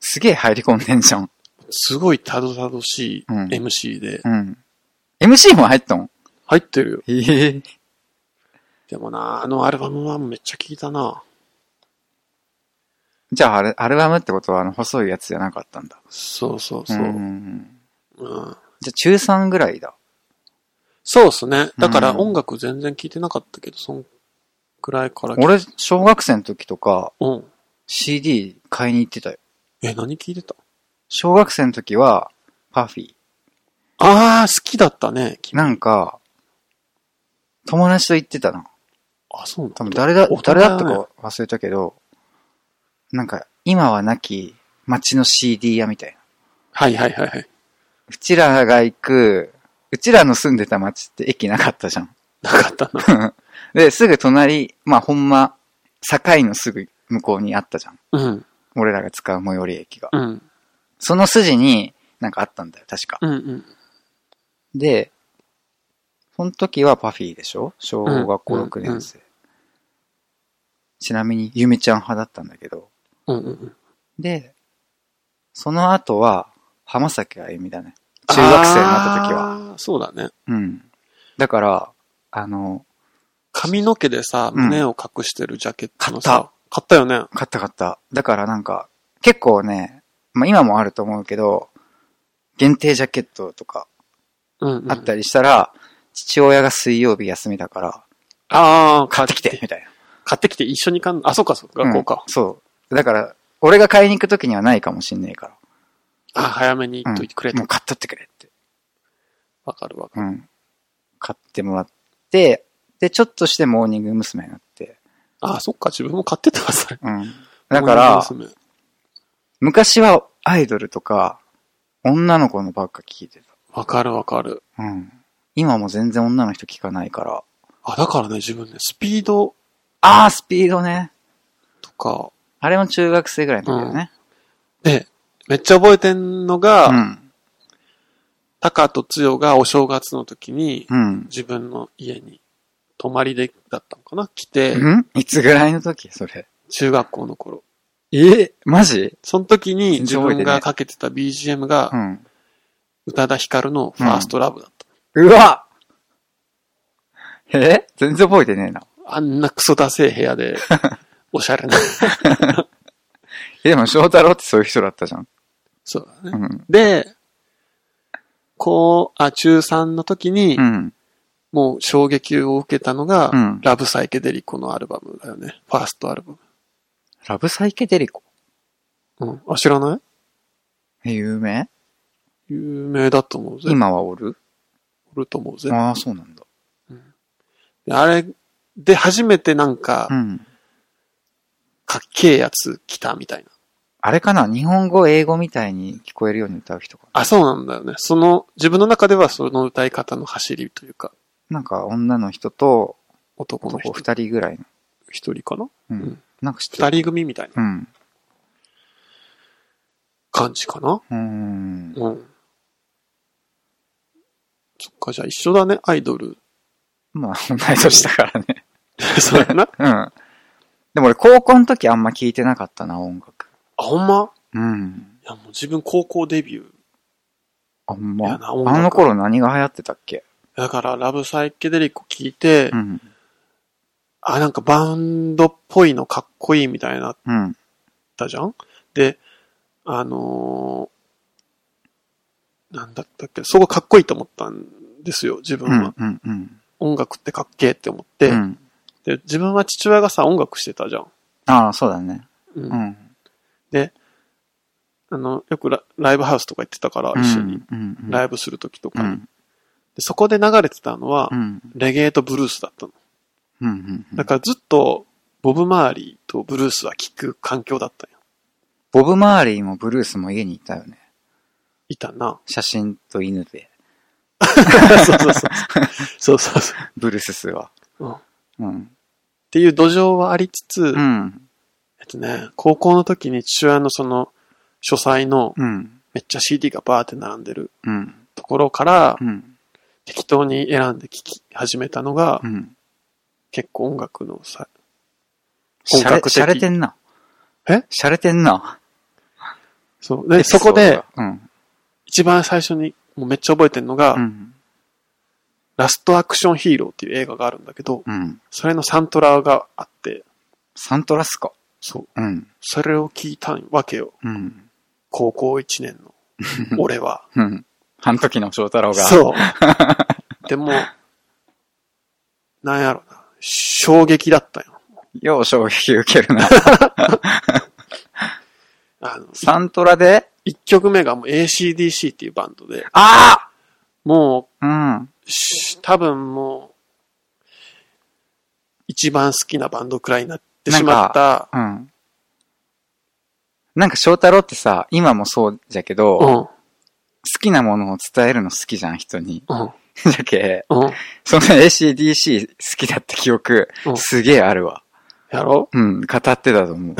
Speaker 1: すげえ入り込んでんじゃん。
Speaker 2: すごいたどたどしい
Speaker 1: うん
Speaker 2: MC で、
Speaker 1: うん。MC も入ったん
Speaker 2: 入ってるよ。
Speaker 1: へえ。
Speaker 2: でもな、あのアルバムはめっちゃ聞いたな。
Speaker 1: じゃあ、あれ、アルバムってことは、あの、細いやつじゃなかったんだ。
Speaker 2: そうそうそう。
Speaker 1: ん
Speaker 2: うん
Speaker 1: じゃあ、中3ぐらいだ。
Speaker 2: そうっすね。だから
Speaker 1: うん
Speaker 2: 音楽全然聞いてなかったけど、そんくらいから。
Speaker 1: 俺、小学生の時とか、
Speaker 2: うん。
Speaker 1: CD 買いに行ってたよ。
Speaker 2: え、何聞いてた
Speaker 1: 小学生の時は、パフィー。
Speaker 2: あー、好きだったね。君
Speaker 1: なんか、友達と行ってたな。
Speaker 2: あ、そう
Speaker 1: 多
Speaker 2: なん
Speaker 1: 分
Speaker 2: だ。
Speaker 1: 誰だ、
Speaker 2: 大人だ
Speaker 1: 誰
Speaker 2: ね
Speaker 1: だったか忘れたけど、なんか、今はなき街の CD 屋みたいな。
Speaker 2: はいはいはいはいう
Speaker 1: ちらが行く、うちらの住んでた街って駅なかったじゃん。
Speaker 2: なかったな。
Speaker 1: で、すぐ隣、まあほんま、境のすぐ向こうにあったじゃん。
Speaker 2: うん。
Speaker 1: 俺らが使う最寄り駅が。
Speaker 2: うん。
Speaker 1: その筋になんかあったんだよ、確か。
Speaker 2: うんうん。
Speaker 1: で、その時はパフィーでしょ小学校
Speaker 2: うん
Speaker 1: 6年生。ちなみに、ゆめちゃん派だったんだけど。
Speaker 2: うんうんうん。
Speaker 1: で、その後は、浜崎あゆみだね。中学生になった時は。
Speaker 2: は。そうだね。
Speaker 1: うん。だから、あの、
Speaker 2: 髪の毛でさ、
Speaker 1: うん
Speaker 2: 胸を隠してるジャケットのさ、買ったよね。
Speaker 1: 買った買った。だからなんか、結構ね、まあ今もあると思うけど、限定ジャケットとか
Speaker 2: うん、うん。
Speaker 1: あったりしたら、父親が水曜日休みだから、
Speaker 2: ああ、
Speaker 1: 買ってきて、みたいな。
Speaker 2: 買ってきて一緒に買うあ、そうか、そうか、学校か
Speaker 1: うん。そう。だから、俺が買いに行く時にはないかもしんないか
Speaker 2: あ早めに
Speaker 1: ら。
Speaker 2: 言っといてくれ
Speaker 1: うん
Speaker 2: と
Speaker 1: もう。買っとってくれって。
Speaker 2: わかるわかる。
Speaker 1: うん。買ってもらって、で、ちょっとしてモーニング娘。になって。
Speaker 2: あ、そっか、自分も買ってたわ、それ。
Speaker 1: うん。だから、
Speaker 2: 娘
Speaker 1: 昔はアイドルとか、女の子のばっか聞いて
Speaker 2: わかるわかる。
Speaker 1: た。うん。今も全然女の人聞かないから。
Speaker 2: あ、だからね、自分ね、スピード
Speaker 1: あー、スピードね。
Speaker 2: とか、
Speaker 1: あれも中学生ぐらいの時だよね。
Speaker 2: で、めっちゃ覚えてんの
Speaker 1: う
Speaker 2: が、
Speaker 1: ん。
Speaker 2: タカとツヨがお正月の時に、
Speaker 1: うん。
Speaker 2: 自分の家に泊まりでだったのかな来て、
Speaker 1: んいつぐらいの時それ。
Speaker 2: 中学校の頃。
Speaker 1: えマジ
Speaker 2: その時に
Speaker 1: 全
Speaker 2: 自
Speaker 1: 然覚えてな
Speaker 2: 分
Speaker 1: い
Speaker 2: がかけてた BGM
Speaker 1: う
Speaker 2: が、
Speaker 1: ん。
Speaker 2: 宇多田ヒカルのファーストラブだった。
Speaker 1: うわえ全然覚えてねえな。
Speaker 2: あんなクソダセえ部屋 で、おしゃれな。
Speaker 1: え、でも翔太郎ってそういう人だったじゃん。
Speaker 2: そうだ
Speaker 1: う
Speaker 2: ね。
Speaker 1: ん。
Speaker 2: で、こう、あ、中3の時に
Speaker 1: う、ん。
Speaker 2: もう衝撃を受けたのが、
Speaker 1: うん
Speaker 2: ラブサイケデリコのアルバムだよね。ファーストアルバム。
Speaker 1: ラブサイケデリコ。
Speaker 2: うん。あ、知らない
Speaker 1: え、有名
Speaker 2: 有名だと思うぜ。
Speaker 1: 今はおる
Speaker 2: おると思うぜ。
Speaker 1: ああ、そうなんだ。
Speaker 2: あれで初めてなんか
Speaker 1: う、ん。
Speaker 2: かっけえやつ来たみたいな。
Speaker 1: あれかな日本語、英語みたいに聞こえるように歌う人か
Speaker 2: あ、そうなんだよね。その、自分の中ではその歌い方の走りというか、
Speaker 1: な。なんか女の人と
Speaker 2: 男の人
Speaker 1: 男二人ぐらいの。
Speaker 2: 一人かな
Speaker 1: う
Speaker 2: うん
Speaker 1: ん。なんか知って
Speaker 2: 二
Speaker 1: る。
Speaker 2: 人組みたいな
Speaker 1: うん。
Speaker 2: 感じかな
Speaker 1: うーん。
Speaker 2: うん。そっか、じゃあ一緒だね、アイドル。
Speaker 1: まあ、同い年だからね。
Speaker 2: そうや な。
Speaker 1: うん。でも俺、高校の時あんま聞いてなかったな、音楽。
Speaker 2: あ、ほんま
Speaker 1: うん。
Speaker 2: いや、もう自分高校デビュー。
Speaker 1: あん
Speaker 2: い
Speaker 1: ま
Speaker 2: や。な音楽
Speaker 1: あの頃何が流行ってたっけ
Speaker 2: だから、ラブサイケデリコ聞いて、
Speaker 1: うん。
Speaker 2: あ、なんかバンドっぽいのかっこいいみたいになっ
Speaker 1: うん。
Speaker 2: たじゃんで、あのーなんだったっけ、そこかっこいいと思ったんですよ、自分
Speaker 1: う
Speaker 2: は。
Speaker 1: ん。うん。うん。
Speaker 2: 音楽ってかっけえって思って、
Speaker 1: うん。
Speaker 2: で、自分は父親がさ、音楽してたじゃん。
Speaker 1: ああ、そうだね。
Speaker 2: うん
Speaker 1: うん。
Speaker 2: あの、よくラライブハウスとか行ってたから、一緒に。
Speaker 1: うん。うん。
Speaker 2: ラ
Speaker 1: イ
Speaker 2: イブするときと
Speaker 1: う
Speaker 2: かに、
Speaker 1: ん。
Speaker 2: で。そこで流れてたのは、
Speaker 1: うん。
Speaker 2: レゲエとブルースだったの。
Speaker 1: うん。うん。
Speaker 2: だからずっと、ボブ・マーリーとブルースは聴く環境だったよ。
Speaker 1: ボブ・マーリーもブルースも家にいたよね。
Speaker 2: いた な。
Speaker 1: 写真と犬で。
Speaker 2: そうそうそう。そうそうそう。
Speaker 1: ブルーススは。
Speaker 2: うんっ
Speaker 1: うん。
Speaker 2: ていう土壌はありつつ、
Speaker 1: うん。
Speaker 2: えっとね、高校の時に父親のその、書斎の
Speaker 1: うん。
Speaker 2: めっちゃ CD がバーって並んでる
Speaker 1: うん。
Speaker 2: ところから
Speaker 1: う、ん。
Speaker 2: 適当に選んで聴き始めたのが
Speaker 1: う、ん。
Speaker 2: 結構音楽のさ、
Speaker 1: し
Speaker 2: 本
Speaker 1: ゃれ
Speaker 2: 格的
Speaker 1: しゃれてんな。
Speaker 2: え
Speaker 1: しゃれてんな。
Speaker 2: そう。で、そこで、、
Speaker 1: うん。
Speaker 2: 一番最初に、もうめっちゃ覚えてるのが、
Speaker 1: うん。
Speaker 2: ラストアクションヒーローっていう映画があるんだけど、
Speaker 1: うん。
Speaker 2: それのサントラがあって、
Speaker 1: サントラスか。
Speaker 2: そう。
Speaker 1: うん。
Speaker 2: それを聞いたわけよ。
Speaker 1: うん。
Speaker 2: 高校1年の、俺 は。
Speaker 1: うん。あの時の翔太郎が。う。
Speaker 2: そう。 でも、なんやろな。衝撃だったよ。
Speaker 1: よう衝撃受け るな。
Speaker 2: あの、
Speaker 1: サントラで
Speaker 2: 1曲目がもう ACDC っていうバンドで、
Speaker 1: あ
Speaker 2: も
Speaker 1: あうん。
Speaker 2: う、し多分もう、一番好きなバンドくらいになってしまった。
Speaker 1: うん。なんか翔太郎ってさ、今もそうじゃけど、
Speaker 2: う
Speaker 1: 好
Speaker 2: ん、
Speaker 1: きなものを伝えるの好きじゃん、人に。
Speaker 2: うん、
Speaker 1: じゃけ、
Speaker 2: うん。
Speaker 1: その ACDC 好きだって記憶、
Speaker 2: うん
Speaker 1: すげえあるわ。
Speaker 2: やろ
Speaker 1: うん、語ってたと思う。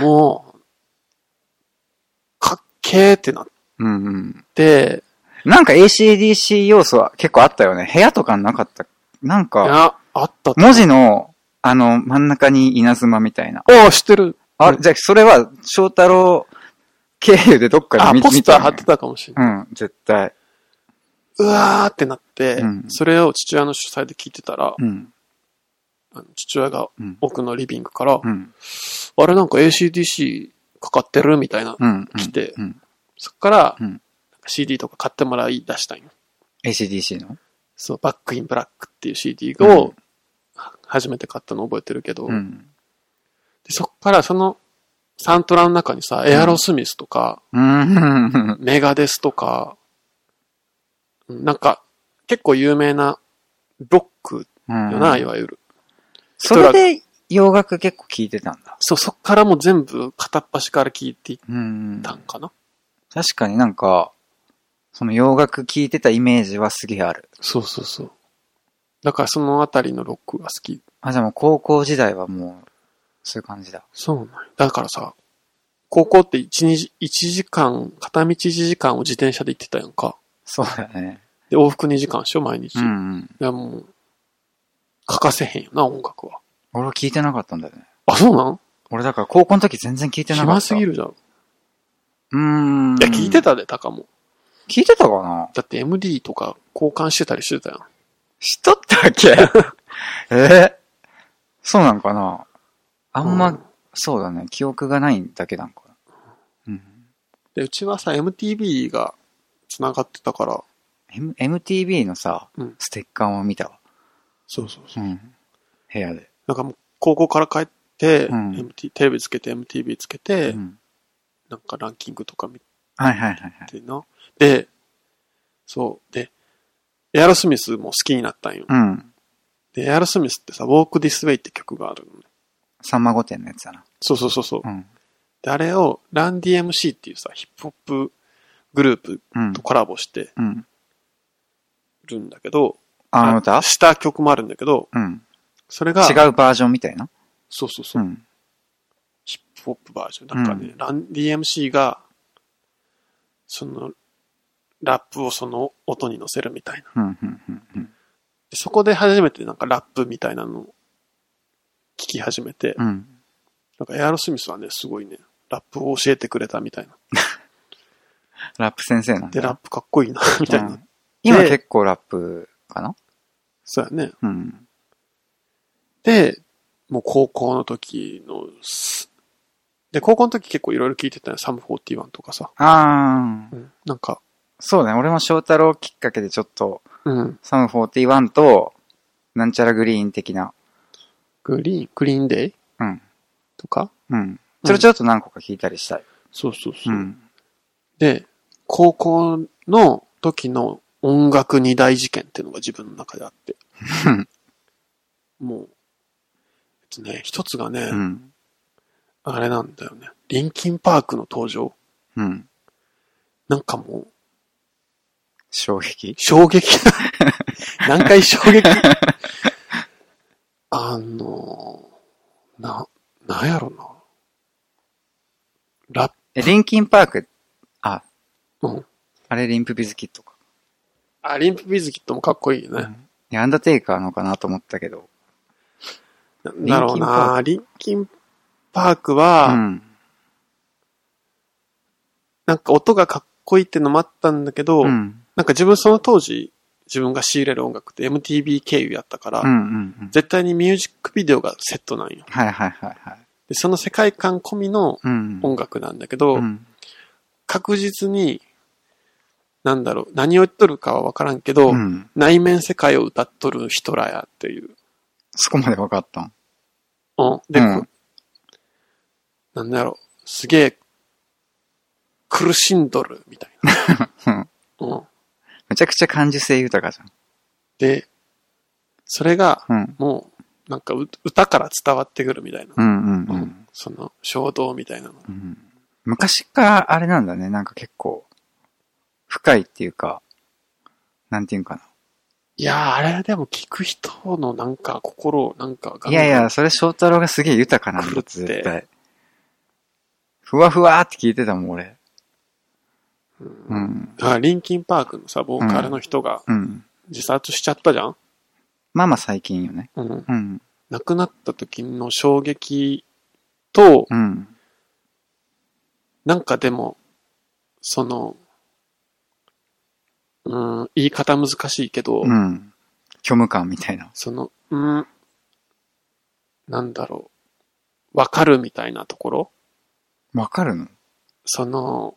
Speaker 2: もう、かっけーってなっ
Speaker 1: うんうん。
Speaker 2: て、
Speaker 1: なんか ACDC 要素は結構あったよね。部屋とかなかった。なん
Speaker 2: い
Speaker 1: か、
Speaker 2: や、あったと
Speaker 1: 文字の、あの、真ん中に稲妻みたいな。
Speaker 2: ああ、知ってる。
Speaker 1: あ
Speaker 2: う
Speaker 1: れ、
Speaker 2: ん
Speaker 1: じゃあ、それは、翔太郎経由でどっかで
Speaker 2: あ、
Speaker 1: 見
Speaker 2: ポスター貼
Speaker 1: 見
Speaker 2: ってたかもしれない。
Speaker 1: たよねうん、絶対。
Speaker 2: うわーってなって、
Speaker 1: うん
Speaker 2: それを父親の主催で聞いてたら、
Speaker 1: うん、
Speaker 2: あの父親が
Speaker 1: うん、
Speaker 2: 奥のリビングから、
Speaker 1: うん、
Speaker 2: あれなんか ACDC かかってるみたいな、
Speaker 1: うん。うん
Speaker 2: 来て
Speaker 1: うん、
Speaker 2: そっから、
Speaker 1: うん
Speaker 2: CD とか買ってもらい出したんよ。
Speaker 1: ACDC の。
Speaker 2: そう、バックインブラックっていう CD
Speaker 1: う
Speaker 2: を
Speaker 1: ん
Speaker 2: は初めて買ったの覚えてるけど、
Speaker 1: うん。
Speaker 2: でそっからそのサントラの中にさ、エアロスミスとか、
Speaker 1: うん。
Speaker 2: メガデスとか、うんなんか結構有名なロックよな、いわゆる。
Speaker 1: それで洋楽結構聴いてたんだ。
Speaker 2: そう、そっからもう全部片っ端から聞いていっ
Speaker 1: うん
Speaker 2: たんかな。
Speaker 1: 確かになんか、その洋楽聴いてたイメージはすげえある。
Speaker 2: そうそうそう。だからそのあたりのロックが好き。
Speaker 1: あ、じゃあもう高校時代はもう、そういう感じだ。
Speaker 2: そうなんやだからさ、高校って1、2 1時間、片道1時間を自転車で行ってたやんか。
Speaker 1: そうだよね。
Speaker 2: で、往復2時間っしょ、毎日。
Speaker 1: う
Speaker 2: い
Speaker 1: ん、うん。
Speaker 2: や、もう、欠かせへんよな、音楽は。
Speaker 1: 俺は聴いてなかったんだよね。
Speaker 2: あ、そうなん
Speaker 1: 俺だから高校の時全然聴いてなか
Speaker 2: 暇
Speaker 1: った。
Speaker 2: すぎ
Speaker 1: る。
Speaker 2: るじゃん。
Speaker 1: うーん。
Speaker 2: いや、聞いてたで、タカも。
Speaker 1: 聞いてたかな
Speaker 2: だって MD とか交換してたりしてたやん。
Speaker 1: しとったっけ えーそうなんかなあんま、
Speaker 2: う
Speaker 1: そうだね。記憶がないだけなんかな。うん。
Speaker 2: で、うちはさ、MTV が繋がってたから。
Speaker 1: M、MTV のさ、
Speaker 2: うん
Speaker 1: ステッカーを見たわ。
Speaker 2: そうそうそうう。
Speaker 1: ん。部屋で。
Speaker 2: なんかもう、高校から帰って、
Speaker 1: うん
Speaker 2: MT、テレビつけて MTV つけて、
Speaker 1: うん。
Speaker 2: なんかランキングとか見
Speaker 1: はいはいはいはい。
Speaker 2: てな。で、そう。で、エアロスミスも好きになったんよ。
Speaker 1: うん。
Speaker 2: で、エアロスミスってさ、Walk This Way って曲があるのね。
Speaker 1: さんま御殿のやつだな。
Speaker 2: そうそうそうそう。
Speaker 1: うん。
Speaker 2: で、あれを、ラン DMC っていうさ、ヒップホップグループ
Speaker 1: うん
Speaker 2: と。コラボして
Speaker 1: うん。
Speaker 2: るんだけど、
Speaker 1: あの歌
Speaker 2: あした曲もあるんだけど、
Speaker 1: うん。
Speaker 2: それが、
Speaker 1: 違うバージョンみたいな。
Speaker 2: そうそうそうう、
Speaker 1: ん。
Speaker 2: ヒップホップバージョン。なんかね、
Speaker 1: う
Speaker 2: ラン DMC が、その、ラップをその音に乗せるみたいな。
Speaker 1: うん。うん。うんうん。
Speaker 2: でそこで初めてなんかラップみたいなのを聞き始めて、
Speaker 1: うん。
Speaker 2: なんかエアロスミスはね、すごいね、ラップを教えてくれたみたいな。
Speaker 1: ラップ先生なん
Speaker 2: で、
Speaker 1: だ。
Speaker 2: ラップかっこいいな、みたいな。
Speaker 1: うん今結構ラップかな
Speaker 2: そうやね。
Speaker 1: うん。
Speaker 2: で、もう高校の時のす、で、高校の時結構いろいろ聞いてたよ。サム41とかさ。
Speaker 1: あー。
Speaker 2: うん。なんか、
Speaker 1: そうだね。俺も翔太郎きっかけでちょっと、
Speaker 2: うん。
Speaker 1: サム41と、なんちゃらグリーン的な。
Speaker 2: グリーン、グリーンデイ
Speaker 1: うん。
Speaker 2: とか
Speaker 1: うん。ちょろちょろっと何個か聞いたりしたい。
Speaker 2: そうそうそうう、
Speaker 1: ん。
Speaker 2: で、高校の時の音楽二大事件っていうのが自分の中であって。もう、えっとね、一つがね、
Speaker 1: うん。
Speaker 2: あれなんだよね。リンキンパークの登場
Speaker 1: うん。
Speaker 2: なんかもう、
Speaker 1: 衝撃
Speaker 2: 衝撃 何回衝撃あの、な、なんやろな。ラッ
Speaker 1: え、リンキンパーク、あ、
Speaker 2: プ、うん。
Speaker 1: あれリンプビズキットか。
Speaker 2: あ、リンプビズキットもかっこいいよね。
Speaker 1: いや、アンダーテイカーのかなと思ったけど。
Speaker 2: なんだろうな。リンキンパークは、
Speaker 1: うん。
Speaker 2: なんか音がかっこいいってのもあったんだけど、
Speaker 1: うん。
Speaker 2: なんか自分その当時、自分が仕入れる音楽って MTV 経由やったから、
Speaker 1: うん。うん。うん
Speaker 2: 絶対にミュージックビデオがセットなんよ。
Speaker 1: はいはいはいはい。
Speaker 2: で、その世界観込みの
Speaker 1: うん。
Speaker 2: 音楽なんだけど、
Speaker 1: うん。
Speaker 2: 確実に、なんだろう、何を言っとるかはわからんけど、
Speaker 1: うん。
Speaker 2: 内面世界を歌っとる人らやっていう。
Speaker 1: そこまで分かったん。
Speaker 2: うん。で、
Speaker 1: うん
Speaker 2: こうなんだろう、すげえ、苦しんどるみたいな。うん。
Speaker 1: めちゃくちゃ感受性豊かじ
Speaker 2: で、それが、
Speaker 1: ゃん。うん。
Speaker 2: もう、なんかう歌から伝わってくるみたいな。
Speaker 1: うんうんう
Speaker 2: うんん。その、衝動みたいなの。
Speaker 1: うん。昔からあれなんだね。なんか結構、深いっていうか、なんていうんか
Speaker 2: いやー、あれでも聞く人のなんか心をなんか
Speaker 1: な。いやいや、それ翔太郎がすげえ豊かなん
Speaker 2: 狂
Speaker 1: だ、
Speaker 2: って
Speaker 1: 絶対。ふわふわって聞いてたもん、俺。う
Speaker 2: うん。
Speaker 1: ん。
Speaker 2: だからリンキンパークのさ、ボーカルの人が、
Speaker 1: うん。
Speaker 2: 自殺しちゃったじゃん、
Speaker 1: まあまあ最近よね。
Speaker 2: うん、
Speaker 1: うん。
Speaker 2: 亡くなった時の衝撃と、
Speaker 1: うん。
Speaker 2: なんかでも、その、うん、言い方難しいけど、
Speaker 1: うん。虚無感みたいな。
Speaker 2: その、うん、なんだろう、わかるみたいなところ
Speaker 1: わかるの
Speaker 2: その、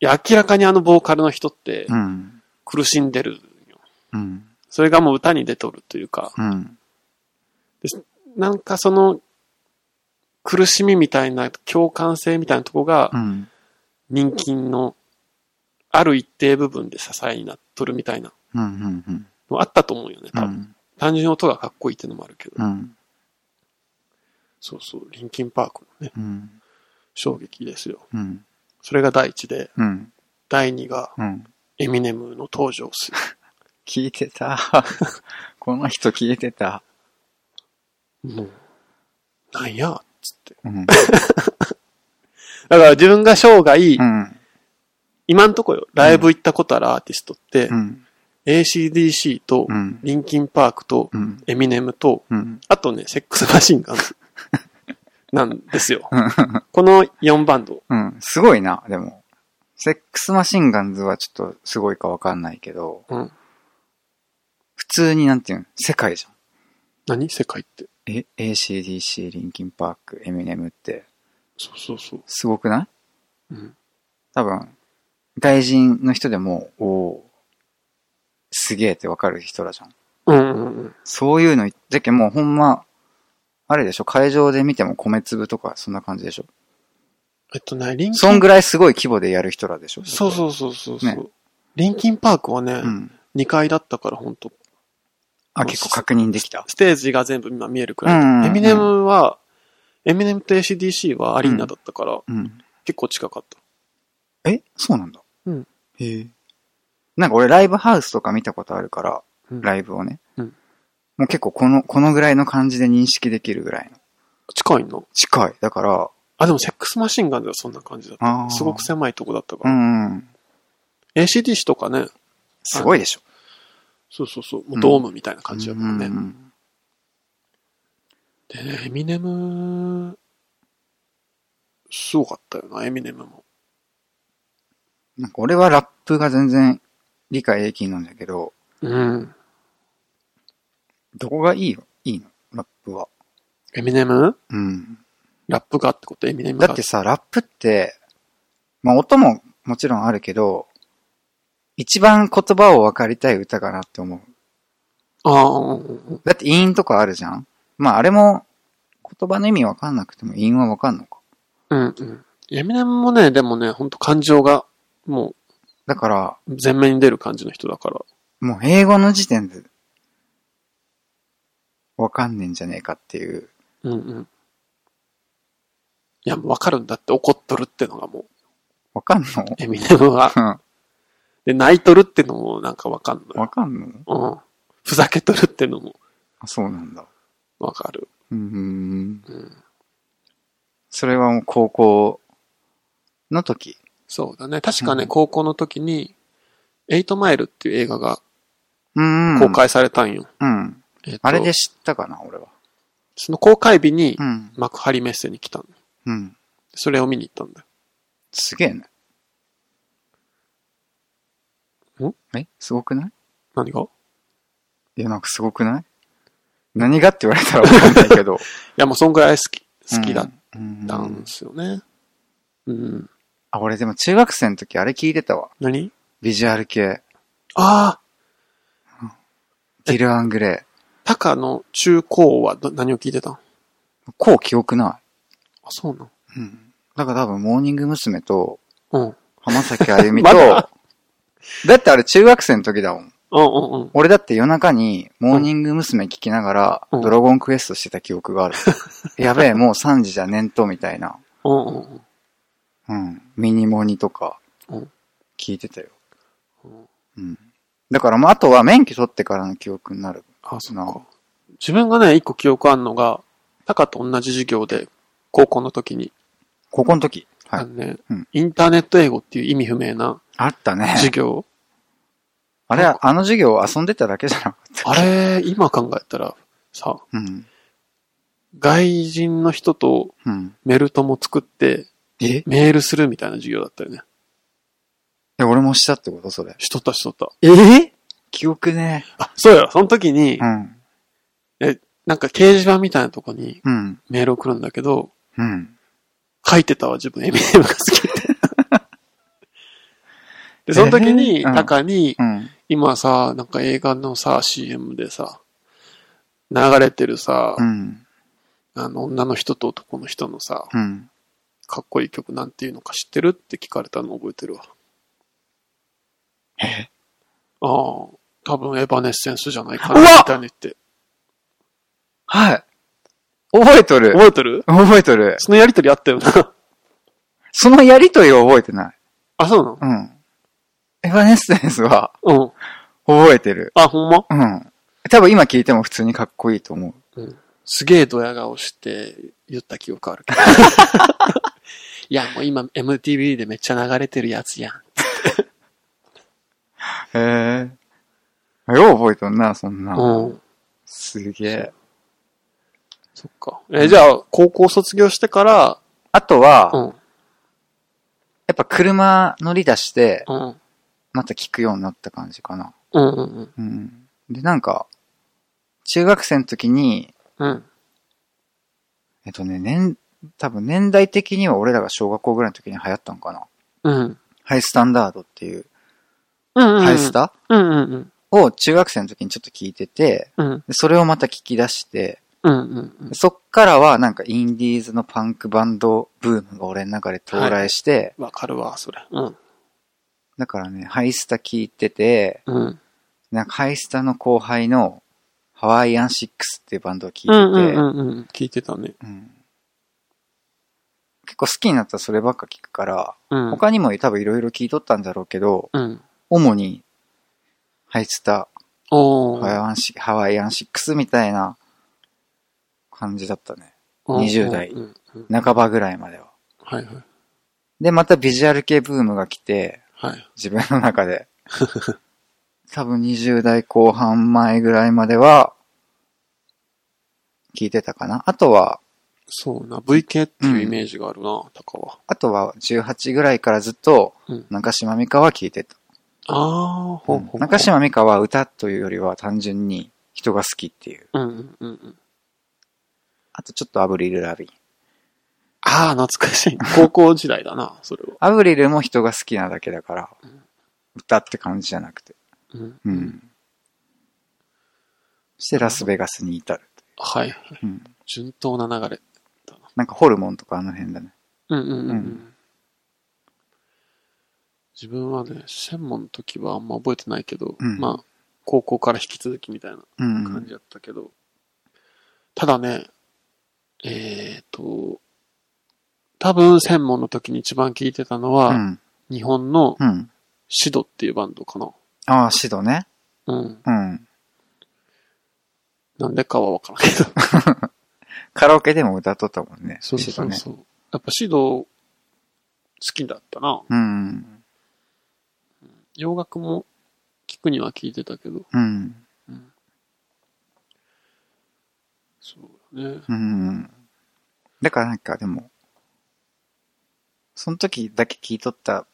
Speaker 2: や、明らかにあのボーカルの人って
Speaker 1: うん。
Speaker 2: 苦しんでるよ。
Speaker 1: うん。
Speaker 2: それがもう歌に出とるというか、
Speaker 1: うん。
Speaker 2: なんかその、苦しみみたいな共感性みたいなとこが
Speaker 1: う、ん。
Speaker 2: 人気のある一定部分で支えになっとるみたいな
Speaker 1: うん。うん。うん。
Speaker 2: のあったと思うよね、
Speaker 1: う
Speaker 2: 多分。
Speaker 1: ん。
Speaker 2: 単純に音がかっこいいっていうのもあるけど。
Speaker 1: うん。
Speaker 2: そうそう、リンキンパークのね、
Speaker 1: うん。
Speaker 2: 衝撃ですよ。
Speaker 1: うん。
Speaker 2: それが第一で、
Speaker 1: うん。
Speaker 2: 第二が
Speaker 1: うん。
Speaker 2: エミネムの登場する。
Speaker 1: 聞いてた。この人聞いてた。
Speaker 2: もう、なんや、つって。
Speaker 1: うん。
Speaker 2: だから自分が生涯、
Speaker 1: うん。
Speaker 2: 今んとこよ、ライブ行ったことあるアーティストって、
Speaker 1: うん。
Speaker 2: ACDC と
Speaker 1: う、ん。
Speaker 2: リンキンパークと、
Speaker 1: うん。
Speaker 2: エミネムと、
Speaker 1: うん。
Speaker 2: あとね、セックスマシンガン ズなんですよ。この4バンド。
Speaker 1: うん。すごいな、でも。セックスマシンガンズはちょっとすごいかわかんないけど、
Speaker 2: うん。
Speaker 1: 普通になんていうの世界じゃん。
Speaker 2: 何世界って。
Speaker 1: え、ACDC、リンキンパーク、エミネムって、
Speaker 2: そうそうそう。
Speaker 1: すごくない
Speaker 2: うん。
Speaker 1: 多分、外人の人でも、おおすげえってわかる人らじゃん。
Speaker 2: うんうんうん。
Speaker 1: そういうの、じゃけもうほんま、あれでしょ会場で見ても米粒とかそんな感じでしょ
Speaker 2: えっとね、リンキン
Speaker 1: そんぐらいすごい規模でやる人らでしょ
Speaker 2: そう
Speaker 1: う。
Speaker 2: そうそうそうそう、
Speaker 1: ね
Speaker 2: リンキンパークはね、
Speaker 1: うん。
Speaker 2: 2階だったから本当
Speaker 1: あ、結構確認できた。
Speaker 2: ステージが全部今見えるくらい、
Speaker 1: うんうんうん
Speaker 2: エミネムは、エミネムと ACDC はアリーナだったから、
Speaker 1: うん。
Speaker 2: 結構近かった。
Speaker 1: えそうなんだ。
Speaker 2: うん。
Speaker 1: へえ。なんか俺ライブハウスとか見たことあるから、
Speaker 2: うん
Speaker 1: ライブをね。
Speaker 2: うん
Speaker 1: もう結構この、このぐらいの感じで認識できるぐらいの。
Speaker 2: 近いの
Speaker 1: 近い。だから、
Speaker 2: あ、でもセックスマシンガンではそんな感じだっ
Speaker 1: あ
Speaker 2: た。
Speaker 1: ー
Speaker 2: すごく狭いとこだったか
Speaker 1: う
Speaker 2: ら。
Speaker 1: んうん。
Speaker 2: ACDC とかね、
Speaker 1: すごいでしょ。
Speaker 2: そうそうそう、も
Speaker 1: う
Speaker 2: うんドームみたいな感じだったね。
Speaker 1: うんうん
Speaker 2: でね、エミネム、すごかったよな、エミネムも。
Speaker 1: なんか俺はラップが全然理解できんのんだけど、
Speaker 2: うん。
Speaker 1: どこがいいよいいのラップは。
Speaker 2: エミネム
Speaker 1: うん。
Speaker 2: ラップがってことエミネムが。
Speaker 1: だってさ、ラップって、まあ音ももちろんあるけど、一番言葉を分かりたい歌かなって思う。
Speaker 2: ああ、うんうんうん
Speaker 1: だって韻とかあるじゃんまああれも言葉の意味わかんなくても韻はわかんのか。
Speaker 2: うんうん。エミネムもね、でもね、ほんと感情が、も
Speaker 1: だから、
Speaker 2: う、前面に出る感じの人だから。
Speaker 1: もう英語の時点でわかんねえんじゃねえかっていう。
Speaker 2: うんうん。いや、もうわかるんだって怒っとるってのがもう、
Speaker 1: わかんの
Speaker 2: エミネムは。
Speaker 1: う
Speaker 2: で、泣いとるってのもなんかわかん
Speaker 1: ん。
Speaker 2: の
Speaker 1: わ
Speaker 2: よ。
Speaker 1: かんの
Speaker 2: うん。ふざけとるってのも
Speaker 1: あ、そうなんだ。
Speaker 2: わかる。
Speaker 1: うーん。
Speaker 2: うん。
Speaker 1: それはもう高校の時。
Speaker 2: そうだね。確かね、
Speaker 1: うん
Speaker 2: 高校の時に、エイトマイルっていう映画が
Speaker 1: うーん。
Speaker 2: 公開されたんよ。
Speaker 1: うん。
Speaker 2: えっと
Speaker 1: あれで知ったかな、俺は。
Speaker 2: その公開日に
Speaker 1: う、ん。
Speaker 2: 幕張メッセに来たの。
Speaker 1: うん。
Speaker 2: それを見に行ったんだよ。
Speaker 1: すげえね。
Speaker 2: ん
Speaker 1: えすごくない
Speaker 2: 何がい
Speaker 1: いや、なんかすごくない何がって言われたらわかんないけど。
Speaker 2: や、もうそんぐらい好き、好きだっ
Speaker 1: うん
Speaker 2: たんですよね。うん。
Speaker 1: あ、俺でも中学生の時あれ聞いてたわ。
Speaker 2: 何
Speaker 1: ビジュアル系。
Speaker 2: ああ、
Speaker 1: ディル・アングレ
Speaker 2: タカの中高はど何を聞いてたんあ、
Speaker 1: イ。こう記憶な
Speaker 2: そうなん。
Speaker 1: い。うん。だから多分、モーニング娘。と、
Speaker 2: うん。うん
Speaker 1: 浜崎あゆみ
Speaker 2: ま
Speaker 1: と、
Speaker 2: だ
Speaker 1: だってあれ中学生の時だもん。
Speaker 2: うんうん。
Speaker 1: 俺だって夜中に、モーニング娘。聞きながら、
Speaker 2: うん
Speaker 1: ドラゴンクエストしてた記憶がある。やべえ、もう3時じゃねんと、みたいな。
Speaker 2: うんうんうん。
Speaker 1: うん。ミニモニとか
Speaker 2: うん、
Speaker 1: 聞いてたよ。
Speaker 2: うん
Speaker 1: うん。だからもう、あとは免許取ってからの記憶になる。
Speaker 2: あ、そっ
Speaker 1: な
Speaker 2: か。自分がね、一個記憶あんのが、タカと同じ授業で、高校の時に、
Speaker 1: 高校の時。は
Speaker 2: あ
Speaker 1: い
Speaker 2: の。ね
Speaker 1: うん、
Speaker 2: インターネット英語っていう意味不明な
Speaker 1: あったね。
Speaker 2: 授業。
Speaker 1: あれ、あの授業遊んでただけじゃなかった
Speaker 2: あれ、今考えたら、さ、
Speaker 1: うん。
Speaker 2: 外人の人と
Speaker 1: うん。
Speaker 2: メルトも作って、
Speaker 1: えい
Speaker 2: メールするみたいな授業だったよね。
Speaker 1: や、俺もしたってことそれ。
Speaker 2: しとったしとった。
Speaker 1: え記憶ね。
Speaker 2: あ、そうや、その時に
Speaker 1: う、ん。
Speaker 2: なんか掲示板みたいなとこに
Speaker 1: うん。
Speaker 2: メール送るんだけど、
Speaker 1: うん。
Speaker 2: 書いてたわ、自分、エミネムが好きって。で、その時に、
Speaker 1: えーうん
Speaker 2: タカに、
Speaker 1: うん。
Speaker 2: 今さ、なんか映画のさ、CM でさ、流れてるさ、
Speaker 1: うん。
Speaker 2: あの、女の人と男の人のさ、
Speaker 1: うん。
Speaker 2: かっこいい曲なんていうのか知ってるって聞かれたの覚えてるわ。
Speaker 1: え
Speaker 2: ああ、多分エヴァネッセンスじゃないか
Speaker 1: う
Speaker 2: な、
Speaker 1: わ
Speaker 2: みたいに言って。
Speaker 1: はい。覚えとる。
Speaker 2: 覚えてる
Speaker 1: 覚えとる。
Speaker 2: そのやりとりあったよな。
Speaker 1: そのやりとりは覚えてない。
Speaker 2: あ、そうな
Speaker 1: うん。エヴァネッセンスは
Speaker 2: のうん。
Speaker 1: 覚えてる。
Speaker 2: あ、ほんま
Speaker 1: うん。多分今聞いても普通にかっこいいと思う。
Speaker 2: すげえドヤ顔して言った記憶あ るけど。いや、もう今 MTV でめっちゃ流れてるやつやん。
Speaker 1: へえ。よう覚えとんな、そんな。
Speaker 2: うん。
Speaker 1: すげえ。
Speaker 2: そっか。え、じゃあ、高校卒業してから、
Speaker 1: あとは、
Speaker 2: うん、
Speaker 1: やっぱ車乗り出して、
Speaker 2: うん、
Speaker 1: また聞くようになった感じかな。
Speaker 2: うん、うん、
Speaker 1: うん。で、なんか、中学生の時に、
Speaker 2: うん、
Speaker 1: えっとね、年、多分年代的には俺らが小学校ぐらいの時に流行ったんかな。
Speaker 2: うん、
Speaker 1: ハイスタンダードっていう、
Speaker 2: うん。
Speaker 1: ハイスタ
Speaker 2: うん、うん、うん、
Speaker 1: を中学生の時にちょっと聞いてて、
Speaker 2: うん、
Speaker 1: でそれをまた聞き出して、
Speaker 2: うん、うん
Speaker 1: で。そっからはなんかインディーズのパンクバンドブームが俺の中で到来して、
Speaker 2: わかるわ、それ。うん、
Speaker 1: だからね、ハイスタ聞いてて、
Speaker 2: うん、
Speaker 1: なんかハイスタの後輩のハワイアンシックスっていうバンドを聞いてて、
Speaker 2: うん、うん、うん。聞いてたね。
Speaker 1: うん結構好きになったらそればっか聞くから、
Speaker 2: うん。
Speaker 1: 他にも多分いろいろ聞いとったんだろうけど、
Speaker 2: うん。
Speaker 1: 主にハイスタ、
Speaker 2: お
Speaker 1: ハワイアンシハワイアンシックスみたいな感じだったね。
Speaker 2: お
Speaker 1: 20代
Speaker 2: うん、うん。
Speaker 1: 半ばぐらいまでは。
Speaker 2: はい、はい、
Speaker 1: で、またビジュアル系ブームが来て、
Speaker 2: はい。
Speaker 1: 自分の 中で。多分20代後半前ぐらいまでは、聞いてたかな。あとは、
Speaker 2: そうな、VK っていうイメージがあるな、タカは。
Speaker 1: あとは18ぐらいからずっと
Speaker 2: うん、
Speaker 1: 中島美香は聞いてた。
Speaker 2: ああ、ほうほう。
Speaker 1: 中島美香は歌というよりは単純に人が好きっていう。
Speaker 2: うん、うん、うんうん。
Speaker 1: あとちょっとアブリル・ラビン。
Speaker 2: ああ、懐かしい。高校時代だな、それは。
Speaker 1: アブリルも人が好きなだけだから
Speaker 2: ん、
Speaker 1: 歌って感じじゃなくて。
Speaker 2: うん。
Speaker 1: うん。そしてラスベガスに至る。
Speaker 2: はいはい。
Speaker 1: うん。
Speaker 2: 順当な流れ。
Speaker 1: なんかホルモンとかあの辺だね。
Speaker 2: うんうんうんう。
Speaker 1: うん
Speaker 2: 自分はね、専門の時はあんま覚えてないけど、
Speaker 1: うん
Speaker 2: まあ、高校から引き続きみたいな
Speaker 1: うん。
Speaker 2: 感じだったけど、ただね、えっ、と、多分専門の時に一番聞いてたのは、
Speaker 1: うん。
Speaker 2: 日本の
Speaker 1: うん。
Speaker 2: シドっていうバンドかな。
Speaker 1: ああ、シドね。
Speaker 2: うん。
Speaker 1: うん。
Speaker 2: なんでかはわからんけ ど。
Speaker 1: カラオケでも歌っとったもんね。
Speaker 2: そうそう
Speaker 1: シドね。
Speaker 2: そう。やっぱシド好きだったな。
Speaker 1: うん。
Speaker 2: 洋楽も聞くには聞いてたけど、
Speaker 1: うん。
Speaker 2: そうだね。
Speaker 1: うん。だからなんかでも、その時だけ聴いとった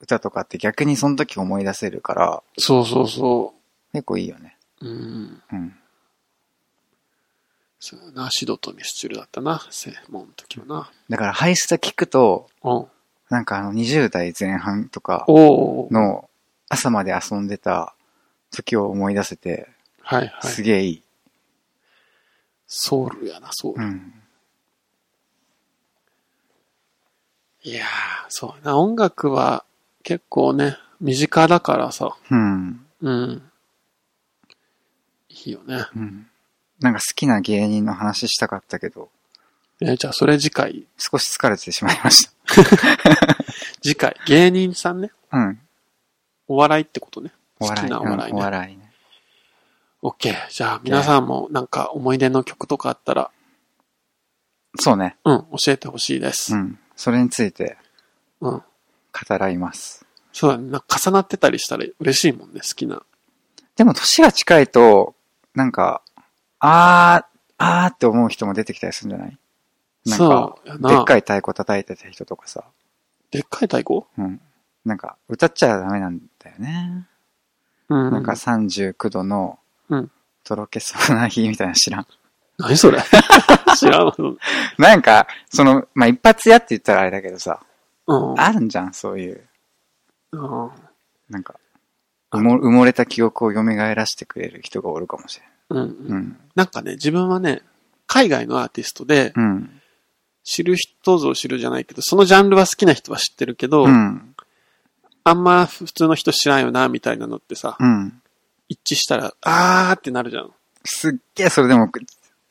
Speaker 1: 歌とかって逆にその時思い出せるから、
Speaker 2: そうそうそ
Speaker 1: 結構いいよね。
Speaker 2: う。うん。
Speaker 1: うん。
Speaker 2: そうやな、シドとミスチルだったな、専門の時はな。
Speaker 1: だからハイスタ聞くと、
Speaker 2: うん。お
Speaker 1: なんかあの20代前半とか
Speaker 2: おー
Speaker 1: の朝まで遊んでた時を思い出せて、
Speaker 2: はいはい。
Speaker 1: すげえいい。
Speaker 2: ソウルやな、ソウ
Speaker 1: う
Speaker 2: ル。
Speaker 1: ん。
Speaker 2: いやー、そうやな、音楽は結構ね、身近だからさ。
Speaker 1: うん。
Speaker 2: うん。いいよね。
Speaker 1: うん。なんか好きな芸人の話したかったけど、
Speaker 2: え、じゃあそれ次回、
Speaker 1: 少し疲れてしまいまし
Speaker 2: 次回、芸人さんね、
Speaker 1: た。うん。
Speaker 2: お笑いってことね。
Speaker 1: お笑い。
Speaker 2: 好きなお笑いね
Speaker 1: うんお笑いね。
Speaker 2: オッケー。じゃあ皆さんもなんか思い出の曲とかあったら、
Speaker 1: そうね。
Speaker 2: うん、教えてほしいです
Speaker 1: う。ん。それについて
Speaker 2: うん。
Speaker 1: 語らいます。
Speaker 2: そうだね。なんか重なってたりしたら嬉しいもんね、好きな。
Speaker 1: でも、年が近いと、なんか、あー、あーって思う人も出てきたりするんじゃないなんか、
Speaker 2: そうやな。
Speaker 1: でっか
Speaker 2: い。
Speaker 1: い太鼓叩いてた人とかさ。
Speaker 2: でっかい太鼓
Speaker 1: うん。なんか、歌っちゃダメなんだよね。
Speaker 2: うん
Speaker 1: なんか、39度の
Speaker 2: うん、
Speaker 1: とろけそうな日みたいなの知らん。
Speaker 2: 何それ知らんわ。うん。
Speaker 1: なんか、その、まあ、一発屋って言ったらあれだけどさ、あるんじゃん、そういう。
Speaker 2: あ
Speaker 1: なんか、埋も埋もれた記憶を蘇らせてくれる人がおるかもしれ
Speaker 2: ーうんうん
Speaker 1: ない。うん。
Speaker 2: なんかね、自分はね、海外のアーティストで、
Speaker 1: うん。
Speaker 2: 知る人ぞ知るじゃないけど、そのジャンルは好きな人は知ってるけど、
Speaker 1: うん。
Speaker 2: あんま普通の人知らんよな、みたいなのってさ、
Speaker 1: うん。
Speaker 2: 一致したら、あーってなるじゃん。
Speaker 1: すっげえ、それでも、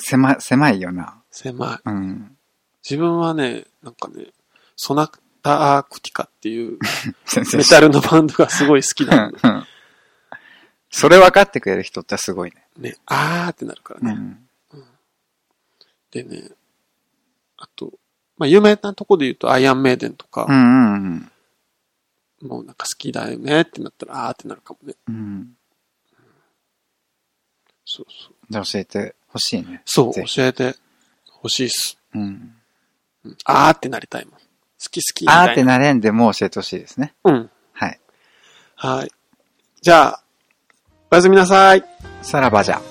Speaker 1: 狭い、狭いよな。
Speaker 2: 狭い。
Speaker 1: うん。
Speaker 2: 自分はね、なんかね、ソナタアークティカって いう
Speaker 1: 先
Speaker 2: メタルのバンドがすごい好きなの。
Speaker 1: うんそれ分かってくれる人ってすごいね。
Speaker 2: ね、あーってなるから
Speaker 1: う
Speaker 2: ね。
Speaker 1: ん。
Speaker 2: でね、あと、まあ、有名なとこで言うと、アイアンメイデンと
Speaker 1: う
Speaker 2: か、
Speaker 1: んうん
Speaker 2: もうなんか好きだよねってなったら、あーってなるかもね。
Speaker 1: うん。うん。
Speaker 2: そうそう。
Speaker 1: じゃあ教えてほしいね。
Speaker 2: そう、
Speaker 1: ぜひ
Speaker 2: 教えてほしいっす。
Speaker 1: うん。
Speaker 2: うんあーってなりたいもん。好き好きみた
Speaker 1: あ
Speaker 2: いな。
Speaker 1: ーってなれんでもう教えてほしいですね。
Speaker 2: うん。
Speaker 1: はい。
Speaker 2: はい。じゃあ、おやすみなさい。
Speaker 1: さらばじゃ。